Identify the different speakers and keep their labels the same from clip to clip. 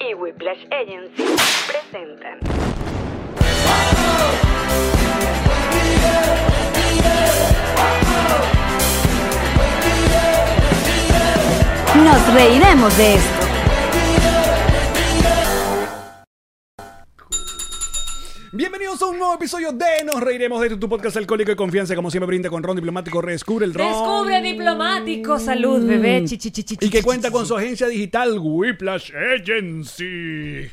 Speaker 1: y Whiplash Agency presentan
Speaker 2: Nos reiremos de esto.
Speaker 3: Bienvenidos a un nuevo episodio de Nos Reiremos de tu, tu podcast alcohólico de confianza. Como siempre, brinda con Ron Diplomático. Redescubre el Ron.
Speaker 4: Descubre diplomático, salud, bebé, chichi, chichi,
Speaker 3: Mm. Y que
Speaker 4: chichi,
Speaker 3: cuenta
Speaker 4: chichi.
Speaker 3: con su agencia digital Whiplash Agency.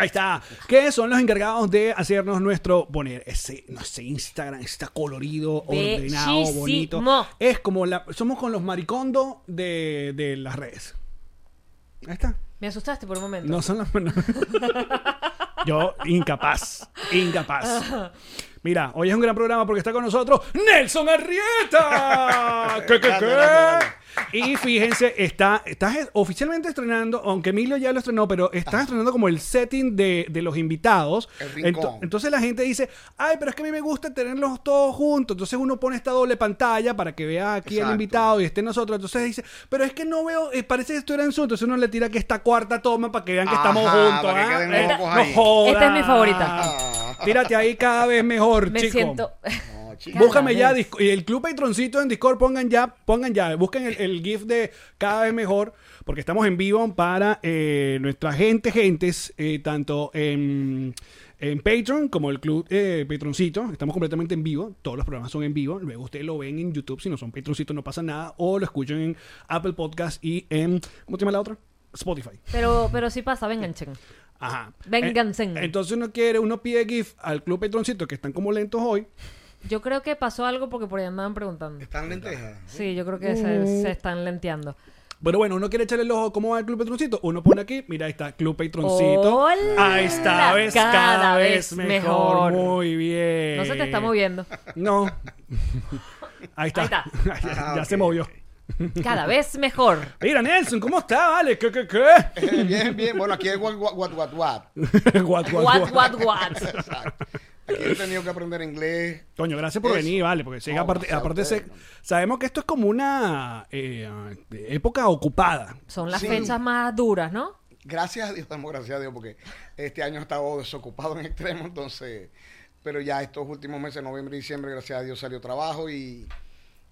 Speaker 3: Ahí está. Que son los encargados de hacernos nuestro poner ese, no sé, Instagram está colorido, ordenado,
Speaker 4: Bellísimo.
Speaker 3: bonito. Es como la, somos con los maricondo de, de las redes. Ahí está.
Speaker 4: Me asustaste por un momento.
Speaker 3: No son las no. Yo, incapaz. Incapaz. Mira, hoy es un gran programa porque está con nosotros Nelson Arrieta. ¿Qué, qué, qué? Y fíjense, está, estás es- oficialmente estrenando, aunque Emilio ya lo estrenó, pero estás estrenando como el setting de, de los invitados.
Speaker 5: Ah. El rincón.
Speaker 3: entonces la gente dice, ay, pero es que a mí me gusta tenerlos todos juntos. Entonces uno pone esta doble pantalla para que vea aquí el
Speaker 5: Exacto.
Speaker 3: invitado y esté nosotros. Entonces dice, pero es que no veo, eh, parece que esto era en Zoom. Entonces uno le tira que esta cuarta toma para que vean que
Speaker 5: Ajá,
Speaker 3: estamos juntos.
Speaker 5: para que
Speaker 3: ¿ah?
Speaker 5: queden
Speaker 3: Eh,
Speaker 5: locos
Speaker 3: no
Speaker 5: ahí.
Speaker 3: jodas.
Speaker 4: Esta es mi favorita.
Speaker 5: Ah.
Speaker 3: Tírate ahí cada vez mejor,
Speaker 4: Me
Speaker 3: chico.
Speaker 4: siento.
Speaker 5: No, chico.
Speaker 3: Búscame ya Disco- y el club Patroncito en Discord, pongan ya, pongan ya, busquen el, el GIF de cada vez mejor, porque estamos en vivo para eh, nuestra gente, gentes, eh, tanto en, en Patreon como el club eh, Patroncito, estamos completamente en vivo, todos los programas son en vivo, luego ustedes lo ven en YouTube, si no son Patroncito no pasa nada, o lo escuchan en Apple Podcast y en, ¿cómo se llama la otra? Spotify.
Speaker 4: Pero, pero sí pasa, vengan, chequen.
Speaker 3: Ajá.
Speaker 4: Vénganse.
Speaker 3: Eh, entonces uno quiere, uno pide GIF al club Patroncito, que están como lentos hoy.
Speaker 4: Yo creo que pasó algo porque por ahí andaban preguntando.
Speaker 5: Están lentejas.
Speaker 4: Sí, yo creo que
Speaker 3: Uh.
Speaker 4: se, se están lenteando.
Speaker 3: Pero bueno, uno quiere echarle el ojo cómo va el Club Patroncito. Uno pone aquí, mira, ahí está, Club Patroncito.
Speaker 4: Hola,
Speaker 3: ahí está, ves, cada,
Speaker 4: cada
Speaker 3: vez
Speaker 4: vez
Speaker 3: mejor.
Speaker 4: mejor.
Speaker 3: Muy bien.
Speaker 4: No se te está moviendo.
Speaker 3: No. ahí está.
Speaker 4: Ahí está.
Speaker 3: ya
Speaker 5: Ah,
Speaker 3: ya se
Speaker 5: ok,
Speaker 3: movió.
Speaker 5: ok.
Speaker 4: Cada vez mejor.
Speaker 3: Mira, Nelson, ¿cómo está? Vale, ¿qué, qué, qué?
Speaker 5: Bien, bien. Bueno, aquí es guat, guat, guat, guat, guat.
Speaker 3: Guat, guat,
Speaker 4: What,
Speaker 3: guat.
Speaker 4: what, what.
Speaker 5: Exacto. Aquí he tenido que aprender inglés.
Speaker 3: Coño, gracias por
Speaker 5: Eso.
Speaker 3: venir, vale, porque llega
Speaker 5: No,
Speaker 3: aparte,
Speaker 5: gracias a
Speaker 3: aparte
Speaker 5: ustedes,
Speaker 3: se-
Speaker 5: no.
Speaker 3: sabemos que esto es como una eh, época ocupada.
Speaker 4: Son las
Speaker 5: Sí.
Speaker 4: fechas más duras, ¿no?
Speaker 5: Gracias a Dios, damos gracias a Dios, porque este año he estado desocupado en extremo, entonces. Pero ya estos últimos meses, noviembre y diciembre, gracias a Dios salió trabajo y,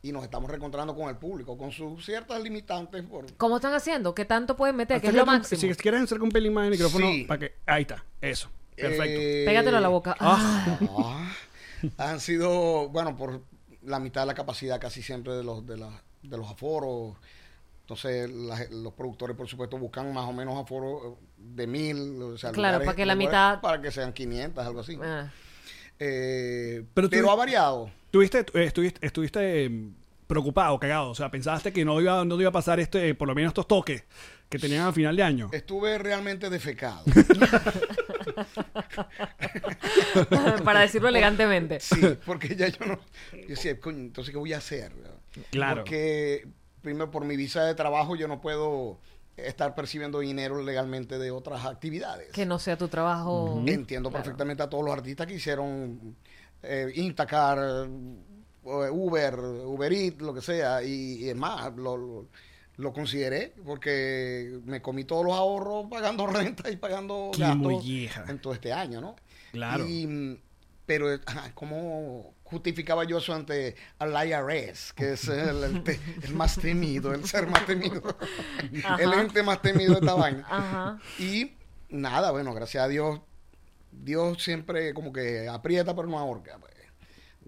Speaker 5: y nos estamos reencontrando con el público, con sus ciertas limitantes. Por...
Speaker 4: ¿Cómo están haciendo? ¿Qué tanto pueden meter? ¿Qué es
Speaker 3: Acércate
Speaker 4: lo
Speaker 3: un-
Speaker 4: máximo?
Speaker 3: Si quieres acerca un pelín más el micrófono,
Speaker 5: Sí.
Speaker 3: para que, ahí está, eso, perfecto.
Speaker 5: Eh,
Speaker 4: Pégatelo a la boca.
Speaker 5: Ah, han sido, bueno, por la mitad de la capacidad casi siempre de los, de las- de los aforos. Entonces, las- los productores, por supuesto, buscan más o menos aforos eh, de mil. o sea,
Speaker 4: Claro, para que la
Speaker 5: lugares
Speaker 4: mitad-
Speaker 5: Para que sean 500, algo así.
Speaker 4: Ah.
Speaker 5: Eh,
Speaker 3: Pero
Speaker 5: pero
Speaker 3: tú dices-
Speaker 5: ha variado.
Speaker 3: Tuviste, eh, estuviste, estuviste eh, preocupado, cagado. O sea, pensaste que no iba, no te iba a pasar este, eh, por lo menos estos toques que tenían a final de año.
Speaker 5: Estuve realmente defecado.
Speaker 4: Para decirlo elegantemente.
Speaker 5: Sí, porque ya yo no. Yo decía, coño, entonces, ¿qué voy a hacer?
Speaker 3: Claro.
Speaker 5: Porque, primero, por mi visa de trabajo, yo no puedo estar percibiendo dinero legalmente de otras actividades.
Speaker 4: Que no sea tu trabajo.
Speaker 5: Entiendo
Speaker 4: Claro.
Speaker 5: perfectamente a todos los artistas que hicieron eh, Instacar, eh, Uber, Uber Eats, lo que sea, y, y es más, lo, lo- lo consideré porque me comí todos los ahorros pagando renta y pagando
Speaker 3: Qué
Speaker 5: gastos
Speaker 3: molleja.
Speaker 5: en todo este año, ¿no?
Speaker 3: Claro.
Speaker 5: Y, mm, pero, eh, ajá, ¿cómo justificaba yo eso ante al IRS, que es el, el te- el más temido, el ser más temido, el
Speaker 4: Ajá.
Speaker 5: ente más temido de esta vaina?
Speaker 4: Ajá.
Speaker 5: Y nada, bueno, gracias a Dios, Dios siempre como que aprieta pero no ahorca. pues.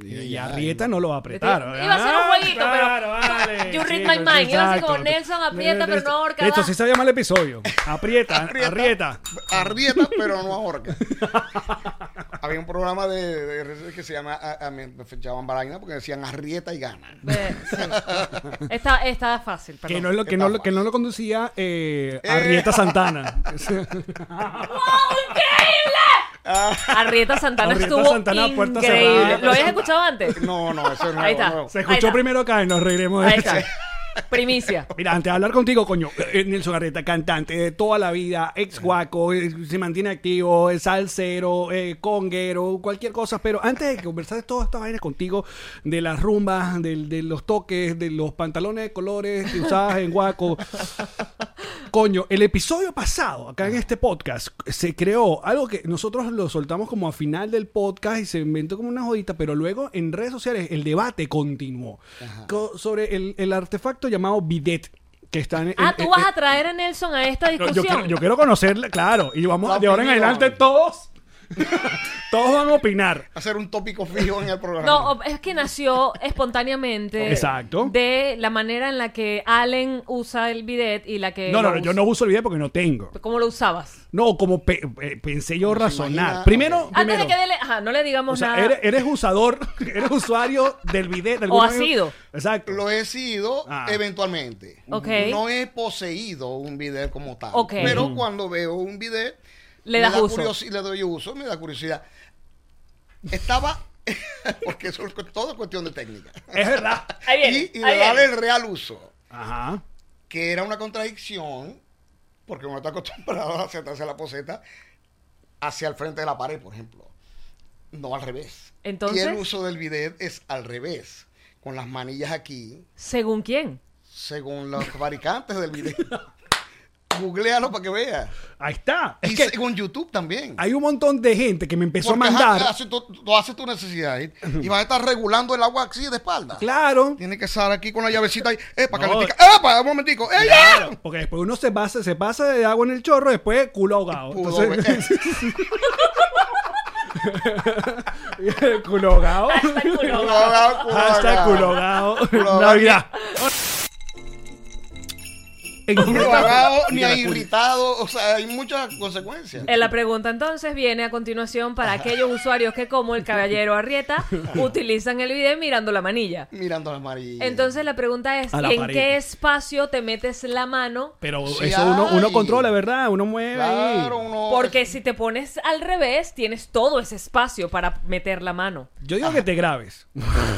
Speaker 3: Y, y a Rieta no lo va a apretar.
Speaker 4: Iba a ser un
Speaker 3: Ah,
Speaker 4: jueguito, pero-
Speaker 3: vale,
Speaker 4: You read
Speaker 3: chicos,
Speaker 4: my mind. Iba así como,
Speaker 3: exacto.
Speaker 4: Nelson, aprieta, pero no ahorca,
Speaker 3: Esto
Speaker 4: va.
Speaker 3: sí se llama el episodio. Aprieta,
Speaker 5: Aprieta.
Speaker 3: aprieta.
Speaker 5: Arrieta pero no ahorca. Había un programa de, de RCC que se llama, a, a- me echaban vaina porque decían arrieta y gana.
Speaker 4: Ve, sí. Está, está fácil, perdón.
Speaker 3: Que no, lo, que, no, lo- que no lo conducía eh, Arrieta Santana.
Speaker 4: Arrieta Santana
Speaker 3: Arrieta
Speaker 4: estuvo
Speaker 3: Santana, puerta
Speaker 4: increíble.
Speaker 3: cerrada.
Speaker 4: ¿Lo habías escuchado antes?
Speaker 5: No, no, eso no
Speaker 4: Ahí está.
Speaker 3: Se escuchó
Speaker 4: está.
Speaker 3: primero acá y nos reiremos de
Speaker 4: Ahí
Speaker 3: eso.
Speaker 4: está. Primicia.
Speaker 3: Mira, antes de hablar contigo, coño, eh, Nelson Arrieta, cantante de toda la vida, ex guaco, eh, se mantiene activo, es salsero, eh, conguero, cualquier cosa. Pero antes de conversar de todas estas vainas contigo, de las rumbas, del- de los toques, de los pantalones de colores que usabas en guaco, Coño, el episodio pasado, acá en este podcast, se creó algo que nosotros lo soltamos como a final del podcast y se inventó como una jodita, pero luego en redes sociales el debate continuó Co- sobre el, el artefacto llamado bidet que está en...
Speaker 4: Ah,
Speaker 3: en-
Speaker 4: tú
Speaker 3: en-
Speaker 4: vas a
Speaker 3: en-
Speaker 4: traer a Nelson a esta
Speaker 3: eh, No, yo,
Speaker 4: discusión.
Speaker 3: quiero, yo quiero conocerla, claro, y vamos
Speaker 5: La
Speaker 3: de ahora en
Speaker 5: opinión.
Speaker 3: adelante todos, todos van a opinar.
Speaker 5: Hacer un tópico fijo en el programa.
Speaker 4: No, ob- es que nació espontáneamente
Speaker 3: Exacto.
Speaker 4: de la manera en la que Allen usa el bidet y la que
Speaker 3: No, no,
Speaker 4: lo
Speaker 3: no, yo
Speaker 4: usa.
Speaker 3: no uso el bidet porque no tengo.
Speaker 4: ¿Cómo lo usabas?
Speaker 3: No, como pe- eh, pensé yo
Speaker 5: se
Speaker 3: razonar.
Speaker 5: imagina-
Speaker 3: Primero,
Speaker 4: Antes
Speaker 3: primero.
Speaker 4: de que dele, ajá, no le digamos
Speaker 3: O sea,
Speaker 4: nada.
Speaker 3: eres, eres usador, eres usuario del bidet. de
Speaker 4: O
Speaker 3: alguna
Speaker 4: has
Speaker 3: manera.
Speaker 4: sido.
Speaker 3: Exacto.
Speaker 5: Lo he sido
Speaker 3: Ah.
Speaker 5: eventualmente.
Speaker 4: Ok.
Speaker 5: No he poseído un video como tal.
Speaker 4: Ok.
Speaker 5: Pero cuando veo un video,
Speaker 4: Le das uso.
Speaker 5: le doy uso, me da curiosidad. Estaba, porque eso es cu- todo es cuestión de técnica.
Speaker 3: Es verdad.
Speaker 4: Ahí viene,
Speaker 5: Y, y
Speaker 4: ahí
Speaker 5: le daba
Speaker 4: viene.
Speaker 5: el real uso,
Speaker 3: Ajá.
Speaker 5: que era una contradicción, porque uno está acostumbrado a sentarse a la poseta hacia el frente de la pared, por ejemplo. No al revés.
Speaker 4: Entonces-
Speaker 5: Y el uso del bidet es al revés, con las manillas aquí,
Speaker 4: ¿Según quién?
Speaker 5: según los fabricantes del video. Googlealo para que veas.
Speaker 3: Ahí está. Es
Speaker 5: y
Speaker 3: que
Speaker 5: según YouTube también.
Speaker 3: hay un montón de gente que me empezó
Speaker 5: Porque,
Speaker 3: a
Speaker 5: ajá,
Speaker 3: mandar.
Speaker 5: hace tu- tú haces tu necesidad ¿eh? y vas a estar regulando el agua así de espalda.
Speaker 3: Claro.
Speaker 5: Tiene que estar aquí con la llavecita ahí. Eh, ¡Epa,
Speaker 3: No.
Speaker 5: calentica! ¡Epa, un momentico! ¡Ey, ya!
Speaker 3: Claro. Porque después uno se pasa, se pasa de agua en el chorro, después culo ahogado.
Speaker 5: Pudo Eh,
Speaker 3: Entonces, culo ahogado.
Speaker 5: Culo ahogado, culo
Speaker 3: Hasta
Speaker 5: ahogado.
Speaker 3: culo ahogado.
Speaker 5: Culo ahogado.
Speaker 3: Navidad.
Speaker 5: Culo ahogado, ni a
Speaker 3: Culo.
Speaker 5: irritado. O sea, hay muchas consecuencias.
Speaker 4: Eh, La pregunta entonces viene a continuación para aquellos usuarios que, como el caballero Arrieta, utilizan el bidet mirando la manilla.
Speaker 5: Mirando las amarillas.
Speaker 4: Entonces la pregunta es,
Speaker 3: A la
Speaker 4: ¿en
Speaker 3: pared.
Speaker 4: qué espacio te metes la mano?
Speaker 3: Pero
Speaker 5: Sí
Speaker 3: eso uno, uno
Speaker 5: hay.
Speaker 3: controla, ¿verdad? Uno mueve. ahí.
Speaker 5: claro, uno.
Speaker 4: Porque si te pones al revés, tienes todo ese espacio para meter la mano.
Speaker 3: Yo digo que te grabes.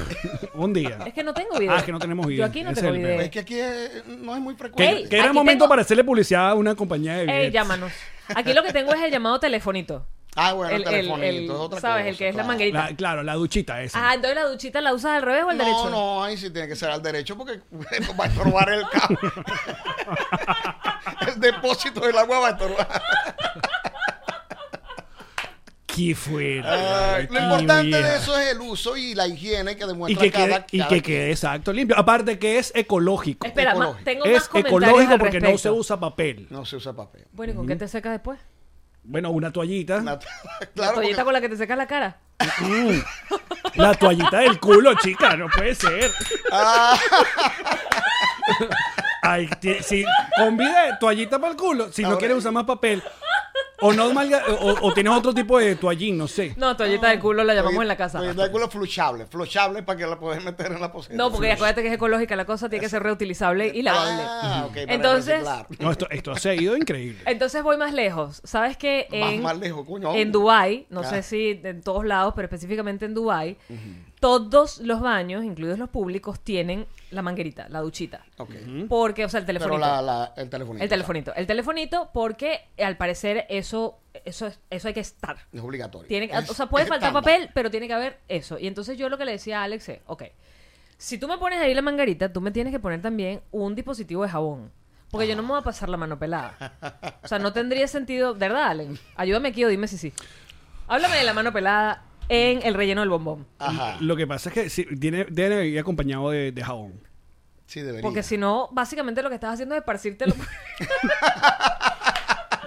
Speaker 3: un día.
Speaker 4: Es que no tengo video.
Speaker 3: Ah, que no tenemos video.
Speaker 4: Yo aquí no
Speaker 3: Ese
Speaker 4: tengo
Speaker 3: es el
Speaker 4: video.
Speaker 3: peor.
Speaker 5: Es que aquí eh, no es muy
Speaker 3: Que,
Speaker 5: frecuente.
Speaker 3: que era
Speaker 4: aquí
Speaker 3: momento
Speaker 4: tengo-
Speaker 3: para hacerle publicidad a una compañía de
Speaker 4: Ey,
Speaker 3: billetes.
Speaker 4: llámanos. Aquí lo que tengo es el llamado telefonito.
Speaker 5: Ah, bueno, el, telefonito
Speaker 4: el-
Speaker 5: es otra
Speaker 4: ¿Sabes?
Speaker 5: cosa,
Speaker 4: el que es la
Speaker 5: claro.
Speaker 4: manguerita.
Speaker 3: La- claro, la duchita esa.
Speaker 4: Ah, entonces la duchita la usas al revés o al
Speaker 5: no,
Speaker 4: derecho.
Speaker 5: no, ahí sí tiene que ser al derecho porque va a estorbar el cabo. el depósito del agua va a estorbar.
Speaker 3: Qué fuerte.
Speaker 5: Ay,
Speaker 3: qué
Speaker 5: Ah, lo importante
Speaker 3: vieja.
Speaker 5: de eso es el uso y la higiene que
Speaker 3: Y
Speaker 5: demuestra
Speaker 3: que, quede,
Speaker 5: cada,
Speaker 3: y
Speaker 5: cada
Speaker 3: que
Speaker 5: quien.
Speaker 3: quede exacto, limpio. Aparte que es ecológico.
Speaker 4: Espera, ma-
Speaker 5: Ecológico.
Speaker 4: tengo más
Speaker 3: es
Speaker 4: comentarios
Speaker 3: ecológico
Speaker 4: al
Speaker 3: porque no se
Speaker 4: respecto.
Speaker 3: usa papel.
Speaker 5: No se usa papel.
Speaker 4: Bueno, ¿y con qué te secas después?
Speaker 3: Bueno, una toallita.
Speaker 5: Una-
Speaker 4: Ah. ¿La
Speaker 5: claro,
Speaker 4: toallita
Speaker 5: porque-
Speaker 4: con la que te secas la cara?
Speaker 3: La toallita del culo, chica, no puede ser.
Speaker 5: Ah,
Speaker 3: Ay, ti- si convide toallita para el culo, si no
Speaker 5: Ahora-
Speaker 3: quieres usar más papel, o no malga- o, o tienes otro tipo de toallín, no sé.
Speaker 4: No, toallita de culo la llamamos en la casa.
Speaker 5: toallita de culo fluchable, fluchable para que la puedas meter en la poseta.
Speaker 4: No, porque acuérdate que es ecológica, la cosa tiene que ser reutilizable y lavable.
Speaker 5: Ah, ok, para
Speaker 4: Entonces-
Speaker 5: reciclar.
Speaker 3: No, esto, esto se ha ido increíble.
Speaker 4: Entonces voy más lejos. ¿Sabes que
Speaker 5: Más,
Speaker 4: en,
Speaker 5: más lejos, coño. Ah.
Speaker 4: en Dubái, no
Speaker 5: Claro.
Speaker 4: sé si en todos lados, pero específicamente en Dubái, todos los baños, incluidos los públicos, tienen la manguerita, la duchita.
Speaker 5: Ok.
Speaker 4: Porque, o sea, el telefonito.
Speaker 5: Mm. Pero la, la- el telefonito.
Speaker 4: El telefonito. El telefonito porque eh, al parecer eso, eso, es- eso hay que estar.
Speaker 5: Es obligatorio.
Speaker 4: Tiene, que-
Speaker 5: Es-
Speaker 4: o sea, puede
Speaker 5: es
Speaker 4: faltar
Speaker 5: estándar.
Speaker 4: papel, pero tiene que haber eso. Y entonces yo lo que le decía a Alex es, ok, si tú me pones ahí la mangarita, tú me tienes que poner también un dispositivo de jabón. Porque yo no me voy a pasar la mano pelada. O sea, no tendría sentido, de ¿verdad, Alex? Ayúdame aquí o dime si sí. Háblame de la mano pelada en el relleno del bombón.
Speaker 5: Ajá.
Speaker 3: Lo que pasa es que sí, tiene, debe ir acompañado de, de jabón.
Speaker 5: Sí, debería.
Speaker 4: Porque si no, básicamente lo que estás haciendo es esparcírtelo.
Speaker 3: Tú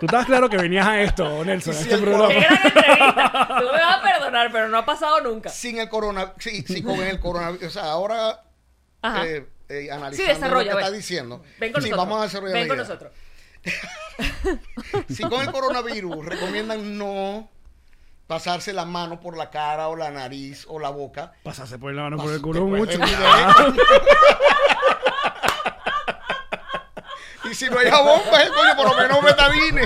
Speaker 3: estabas claro que venías a esto, Nelson, a
Speaker 5: Sí,
Speaker 3: este
Speaker 5: el
Speaker 3: programa.
Speaker 4: ¡Qué gran entrevista! Tú me vas a perdonar, pero no ha pasado nunca.
Speaker 5: Sin el coronavirus. Sí, sí, con el coronavirus. O sea, ahora
Speaker 4: Ajá.
Speaker 5: eh, eh,
Speaker 4: Sí,
Speaker 5: analizando
Speaker 4: desarrolla,
Speaker 5: lo que
Speaker 4: a
Speaker 5: está
Speaker 4: ver.
Speaker 5: diciendo.
Speaker 4: Ven con
Speaker 5: sí,
Speaker 4: nosotros.
Speaker 5: vamos a desarrollar
Speaker 4: Ven
Speaker 5: la
Speaker 4: con
Speaker 5: idea.
Speaker 4: nosotros.
Speaker 5: Si con el coronavirus recomiendan no pasarse la mano por la cara o la nariz o la boca.
Speaker 3: Pasarse por la mano por
Speaker 5: Pas-
Speaker 3: pues, el culo
Speaker 5: te puedes
Speaker 3: mucho.
Speaker 5: venir de- Y si no hay jabón, pues coño, por lo menos betadine.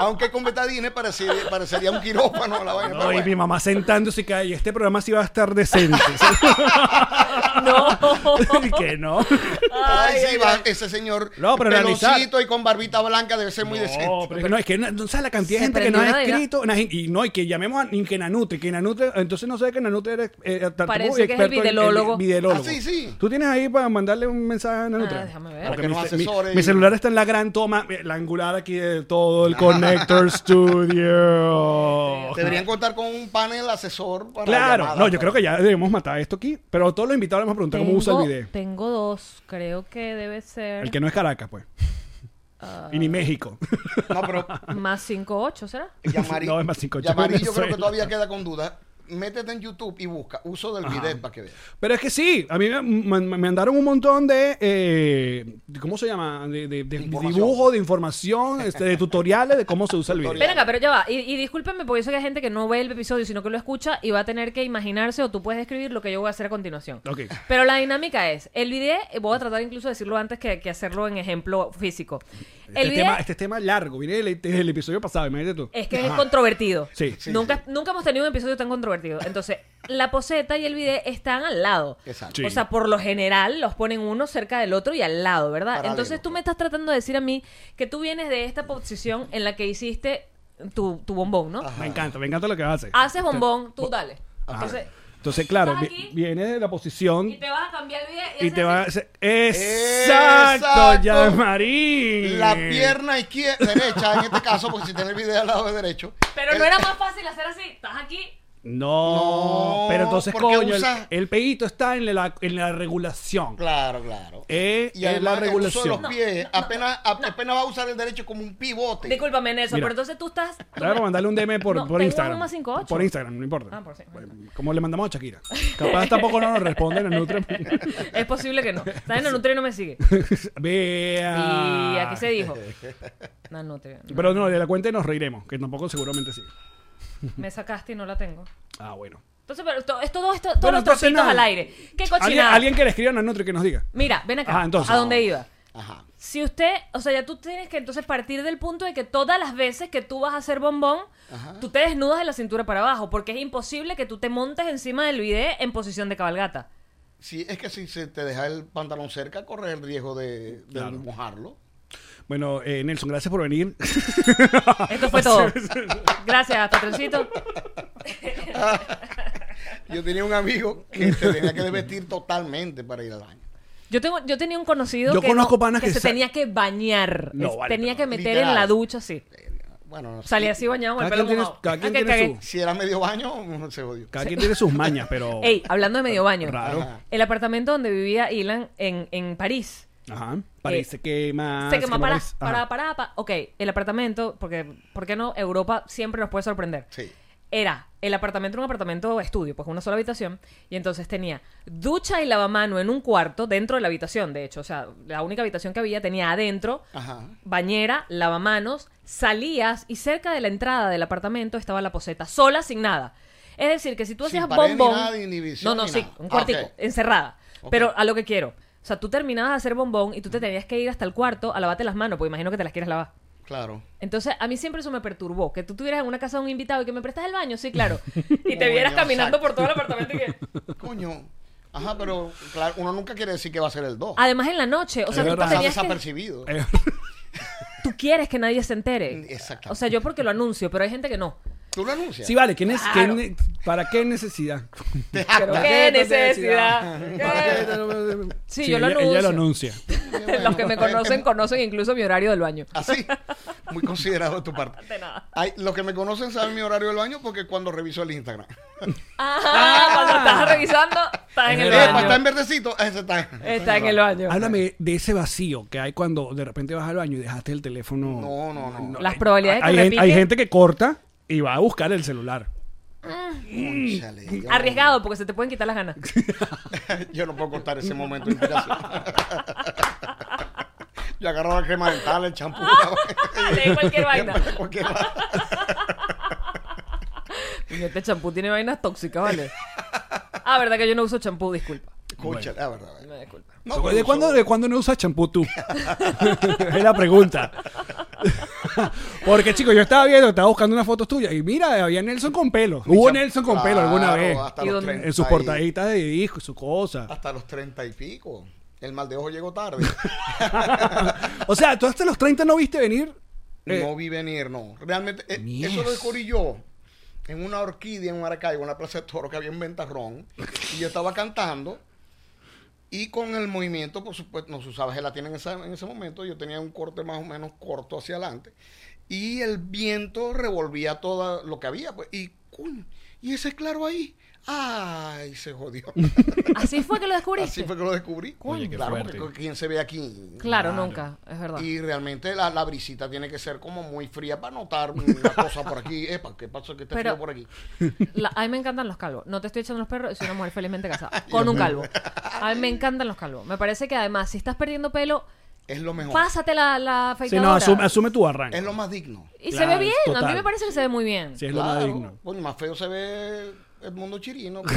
Speaker 5: Aunque con betadine parecería, parecería un quirófano la vaina. pero
Speaker 3: No, y mi
Speaker 5: bueno.
Speaker 3: mamá sentándose y que "Ay, este programa sí va a estar decente. Y que no.
Speaker 5: Ay, sí, va, ese señor
Speaker 3: No, pero
Speaker 5: peloncito
Speaker 3: analizar.
Speaker 5: y con barbita blanca debe ser muy decente.
Speaker 3: No, pero es que no, es que no, no sabes la cantidad de
Speaker 4: Se
Speaker 3: gente que no
Speaker 4: prendió
Speaker 3: ha
Speaker 4: una de la-
Speaker 3: escrito. una gen- y no, y que llamemos a y que Nanute, que Nanute, entonces no sé que Nanute era eh, tartamudo
Speaker 4: Parece
Speaker 3: y
Speaker 4: que es el
Speaker 3: experto en- en
Speaker 4: videólogo.
Speaker 3: videólogo.
Speaker 5: Ah, sí, sí.
Speaker 3: Tú tienes ahí para mandarle un mensaje a Nanute.
Speaker 4: Ah, déjame ver.
Speaker 5: Para que
Speaker 3: mi,
Speaker 5: nos
Speaker 3: ce- mi-
Speaker 5: asesore
Speaker 3: mi
Speaker 5: y-
Speaker 3: celular está en la gran toma, eh, la angular aquí de todo, el Connector Studio.
Speaker 5: Deberían contar con un panel asesor para
Speaker 3: Claro,
Speaker 5: llamadas,
Speaker 3: no, yo
Speaker 5: para-
Speaker 3: creo que ya debemos matar esto aquí. Pero a todos los invitados les vamos a preguntar cómo usa el video.
Speaker 4: tengo dos, creo que debe ser
Speaker 3: El que no es Caracas, pues.
Speaker 4: Ah.
Speaker 3: y ni México.
Speaker 5: No, pero
Speaker 4: más 5-8, ¿será?
Speaker 5: Yamari,
Speaker 3: No, es más cinco ocho,
Speaker 5: Yamari yo creo
Speaker 3: Venezuela.
Speaker 5: que todavía queda con dudas. Métete en YouTube y busca uso del bidet para que veas.
Speaker 3: Pero es que sí, a mí me me- me mandaron un montón de, eh, ¿cómo se llama? De, de, de
Speaker 5: Información.
Speaker 3: dibujo, de información, este, de tutoriales de cómo se usa el video.
Speaker 5: Tutorial.
Speaker 4: Ven acá, pero ya va. Y, y discúlpenme porque yo sé que hay gente que no ve el episodio, sino que lo escucha y va a tener que imaginarse o tú puedes escribir lo que yo voy a hacer a continuación.
Speaker 3: Ok.
Speaker 4: Pero la dinámica es, el video, voy a tratar incluso de decirlo antes que, que hacerlo en ejemplo físico.
Speaker 3: Este,
Speaker 4: El video
Speaker 3: tema, este tema es largo, viene del, del episodio pasado, imagínate tú.
Speaker 4: es que es
Speaker 3: Ajá.
Speaker 4: controvertido.
Speaker 3: Sí. Sí,
Speaker 4: nunca, nunca hemos tenido un episodio tan controvertido. Entonces, la poseta y el video están al lado.
Speaker 5: Exacto.
Speaker 3: Sí.
Speaker 4: O sea, por lo general los ponen uno cerca del otro y al lado, ¿verdad?
Speaker 5: Paralelo.
Speaker 4: Entonces tú me estás tratando de decir a mí que tú vienes de esta posición en la que hiciste tu, tu bombón, ¿no?
Speaker 3: Me encanta, me encanta lo que hace.
Speaker 4: Haces bombón, tú dale. Entonces,
Speaker 3: Entonces, claro,
Speaker 4: Estás
Speaker 3: vi-
Speaker 4: aquí.
Speaker 3: viene de la posición
Speaker 4: y te vas a cambiar el video y,
Speaker 3: y
Speaker 4: haces
Speaker 3: te va a...
Speaker 4: así.
Speaker 3: ¡Exacto,
Speaker 5: Exacto.
Speaker 3: ya Marín!
Speaker 5: La pierna izquierda, derecha, en este caso, porque si tiene el video al lado de derecho.
Speaker 4: Pero
Speaker 5: el-
Speaker 4: no era más fácil hacer así. Estás aquí.
Speaker 3: No,
Speaker 5: No,
Speaker 3: pero entonces,
Speaker 5: ¿por qué
Speaker 3: coño, el,
Speaker 5: usa?
Speaker 3: el pedito está en la, en la regulación.
Speaker 5: Claro, claro.
Speaker 3: Eh,
Speaker 5: y
Speaker 3: en la
Speaker 5: además, el uso
Speaker 3: regulación.
Speaker 5: de los pies, apenas, apenas va a usar el derecho como un pivote.
Speaker 4: Discúlpame, Nelson,
Speaker 3: Mira.
Speaker 4: pero entonces tú estás. tú
Speaker 3: Claro,
Speaker 4: me-
Speaker 3: para mandarle un DM por,
Speaker 4: No,
Speaker 3: por
Speaker 4: tengo
Speaker 3: Instagram.
Speaker 4: un más 58.
Speaker 3: Por Instagram, no importa.
Speaker 4: Ah, por sí.
Speaker 3: Bueno, Como le mandamos a Shakira. Capaz tampoco no nos responden en Nutri.
Speaker 4: Es posible que no. ¿Sabes? No, Nutria no me sigue.
Speaker 3: Vea.
Speaker 4: Y aquí se dijo. No, Nutria. no.
Speaker 3: Pero no, de la cuenta y nos reiremos, que tampoco seguramente sí.
Speaker 4: Me sacaste y no la tengo.
Speaker 3: Ah, bueno.
Speaker 4: Entonces, pero esto, esto, todo esto, todos
Speaker 3: Bueno,
Speaker 4: los
Speaker 3: entonces
Speaker 4: trocitos
Speaker 3: nada.
Speaker 4: al aire. ¿Qué
Speaker 3: ¿Alguien,
Speaker 4: cochinada?
Speaker 3: alguien que le escriban a Nutri que nos diga.
Speaker 4: Mira, ven acá.
Speaker 3: Ah, entonces.
Speaker 4: ¿A dónde iba?
Speaker 5: Ajá.
Speaker 4: Si usted, o sea, ya tú tienes que entonces partir del punto de que todas las veces que tú vas a hacer bombón, tú te desnudas de la cintura para abajo, porque es imposible que tú te montes encima del bidé en posición de cabalgata.
Speaker 5: Sí, es que si se te deja el pantalón cerca, corres el riesgo de, de
Speaker 3: Claro.
Speaker 5: mojarlo.
Speaker 3: Bueno, eh, Nelson, gracias por venir.
Speaker 4: Esto fue todo. Gracias, patroncito.
Speaker 5: Yo tenía un amigo que se tenía que desvestir totalmente para ir al baño.
Speaker 4: Yo tengo, yo tenía un conocido
Speaker 3: Yo
Speaker 4: que,
Speaker 3: conozco
Speaker 4: no-
Speaker 3: panas
Speaker 4: que
Speaker 3: que
Speaker 4: se
Speaker 3: sa-
Speaker 4: tenía que bañar.
Speaker 3: No,
Speaker 4: Es-
Speaker 3: vale,
Speaker 4: tenía
Speaker 3: pero-
Speaker 4: que meter en
Speaker 5: literal.
Speaker 4: la ducha así.
Speaker 5: Bueno, no sé.
Speaker 4: Salía así bañado con el
Speaker 3: Cada
Speaker 4: pelo
Speaker 3: quien tiene,
Speaker 4: mojado.
Speaker 3: cada
Speaker 4: Ah,
Speaker 3: quien
Speaker 4: que-
Speaker 3: tiene
Speaker 4: que-
Speaker 3: sus-
Speaker 5: Si era medio baño, se jodió.
Speaker 3: cada quien tiene sus mañas, pero.
Speaker 4: Ey, hablando de medio baño.
Speaker 3: Raro.
Speaker 5: Ajá.
Speaker 4: El apartamento donde vivía Ilan en, en París.
Speaker 3: Ajá. Parece Ah, que más.
Speaker 4: Eh, se quemó para,
Speaker 3: más-
Speaker 4: para,
Speaker 3: Ajá.
Speaker 4: para, para. Ok, el apartamento, porque, ¿por qué no? Europa siempre nos puede sorprender.
Speaker 5: Sí.
Speaker 4: Era el apartamento, era un apartamento estudio, pues una sola habitación. Y entonces tenía ducha y lavamano en un cuarto dentro de la habitación, de hecho. O sea, la única habitación que había tenía adentro
Speaker 3: Ah,
Speaker 5: Ajá.
Speaker 4: bañera, lavamanos, salías y cerca de la entrada del apartamento estaba la poseta, sola, sin nada. Es decir, que si tú
Speaker 5: Sin
Speaker 4: hacías
Speaker 5: pared ni
Speaker 4: bombón.
Speaker 5: nada, ni inhibición,
Speaker 4: no, no,
Speaker 5: ni
Speaker 4: sí,
Speaker 5: nada.
Speaker 4: un
Speaker 5: Ah,
Speaker 4: cuartico,
Speaker 5: ok.
Speaker 4: encerrada.
Speaker 5: Ok.
Speaker 4: Pero a lo que quiero. O sea, tú terminabas de hacer bombón y tú te tenías que ir hasta el cuarto a lavarte las manos, porque imagino que te las quieres lavar.
Speaker 5: Claro.
Speaker 4: Entonces, a mí siempre eso me perturbó. Que tú tuvieras en una casa de un invitado y que me prestas el baño, sí, claro. Y te
Speaker 5: Coño,
Speaker 4: vieras caminando
Speaker 5: exacto.
Speaker 4: por todo el apartamento y que.
Speaker 5: Coño. Ajá, pero claro, uno nunca quiere decir que va a ser el 2.
Speaker 4: Además, en la noche, o sea,
Speaker 3: Es
Speaker 4: tú te
Speaker 3: verdad.
Speaker 5: Está
Speaker 4: tenías que-
Speaker 5: desapercibido.
Speaker 3: Eh,
Speaker 4: tú quieres que nadie se entere.
Speaker 5: Exactamente.
Speaker 4: O sea, yo porque lo anuncio, pero hay gente que no.
Speaker 5: Tú lo anuncias.
Speaker 3: Sí, vale, ¿quién es,
Speaker 4: Claro.
Speaker 3: quién- ¿para qué necesidad?
Speaker 5: Te
Speaker 4: Pero
Speaker 5: jactas.
Speaker 4: qué necesidad. ¿Qué? Sí, yo lo
Speaker 3: ella,
Speaker 4: anuncio.
Speaker 3: Ella lo anuncia.
Speaker 4: Los que me conocen conocen incluso mi horario del baño.
Speaker 5: Así. Muy considerado de tu parte.
Speaker 4: De nada.
Speaker 5: Ay, los que me conocen saben mi horario del baño porque cuando reviso el Instagram.
Speaker 4: Ah, cuando estás revisando, estás en el
Speaker 5: Eh, está en
Speaker 4: baño.
Speaker 5: verdecito. Ese está,
Speaker 4: Está en el baño.
Speaker 5: Ah,
Speaker 3: Háblame de ese vacío que hay cuando de repente vas al baño y dejaste el teléfono.
Speaker 5: No, no, no.
Speaker 4: Las probabilidades de
Speaker 3: hay,
Speaker 4: que
Speaker 3: gen-
Speaker 4: repique.
Speaker 3: hay gente que corta y va a buscar el celular.
Speaker 5: Cónchale, yo-
Speaker 4: Arriesgado, porque se te pueden quitar las ganas.
Speaker 5: Yo no puedo cortar ese momento de inspiración. Yo agarraba crema dental, el champú.
Speaker 4: Le di Ah, cualquier vaina.
Speaker 5: Cualquier vaina.
Speaker 4: Coño, Este champú tiene vainas tóxicas, ¿vale? Ah, verdad que yo no uso champú, disculpa.
Speaker 5: Escucha, la ah, verdad.
Speaker 4: Me disculpa.
Speaker 5: No,
Speaker 3: ¿De,
Speaker 5: uso-
Speaker 3: cuándo, ¿De cuándo no usas champú tú? es la pregunta. Porque, chicos, yo estaba viendo, estaba buscando unas fotos tuyas y mira, había Nelson con pelo. Hubo Nelson con pelo alguna
Speaker 5: Claro,
Speaker 3: vez.
Speaker 5: hasta
Speaker 4: ¿Y
Speaker 5: los
Speaker 4: dónde?
Speaker 5: 30
Speaker 3: En sus
Speaker 5: y-
Speaker 3: portaditas de disco, su cosa.
Speaker 5: Hasta los treinta y pico. El mal de ojo llegó tarde.
Speaker 3: o sea, tú hasta los 30 no viste venir. Eh,
Speaker 5: no vi venir, no. Realmente, eh,
Speaker 3: Mies.
Speaker 5: eso lo descubrí yo en una orquídea en Maracaibo, en la Plaza de Toro que había en Ventarrón. y yo estaba cantando. Y con el movimiento, por supuesto, no se usaba gelatina en, esa- en ese momento. Yo tenía un corte más o menos corto hacia adelante. Y el viento revolvía todo lo que había. Pues, y, ¡cuy! y ese claro ahí. ¡Ay! Se jodió.
Speaker 4: Así fue que lo descubriste.
Speaker 5: Así fue que lo descubrí.
Speaker 3: Oye, qué
Speaker 5: claro,
Speaker 3: fuerte.
Speaker 5: porque quien se ve aquí.
Speaker 4: Claro, nunca, es verdad.
Speaker 5: Y realmente la, la brisita tiene que ser como muy fría para notar una cosa por aquí. Epa, ¿qué pasó que está
Speaker 4: Pero-
Speaker 5: frío por aquí?
Speaker 4: La- a mí me encantan los calvos. No te estoy echando los perros, soy una mujer felizmente casada. Con un calvo. A mí me encantan los calvos. Me parece que además, si estás perdiendo pelo,
Speaker 5: Es lo mejor.
Speaker 4: pásate la, la
Speaker 3: sí,
Speaker 4: afeitadora.
Speaker 3: no, asume, asume tu barranco.
Speaker 5: Es lo más digno.
Speaker 4: Y se
Speaker 3: Claro,
Speaker 4: ve bien. A
Speaker 3: total.
Speaker 4: mí me parece que se ve muy bien.
Speaker 3: Sí, es lo más
Speaker 5: Claro.
Speaker 3: digno.
Speaker 5: Bueno, más feo se ve el mundo chirino. pues,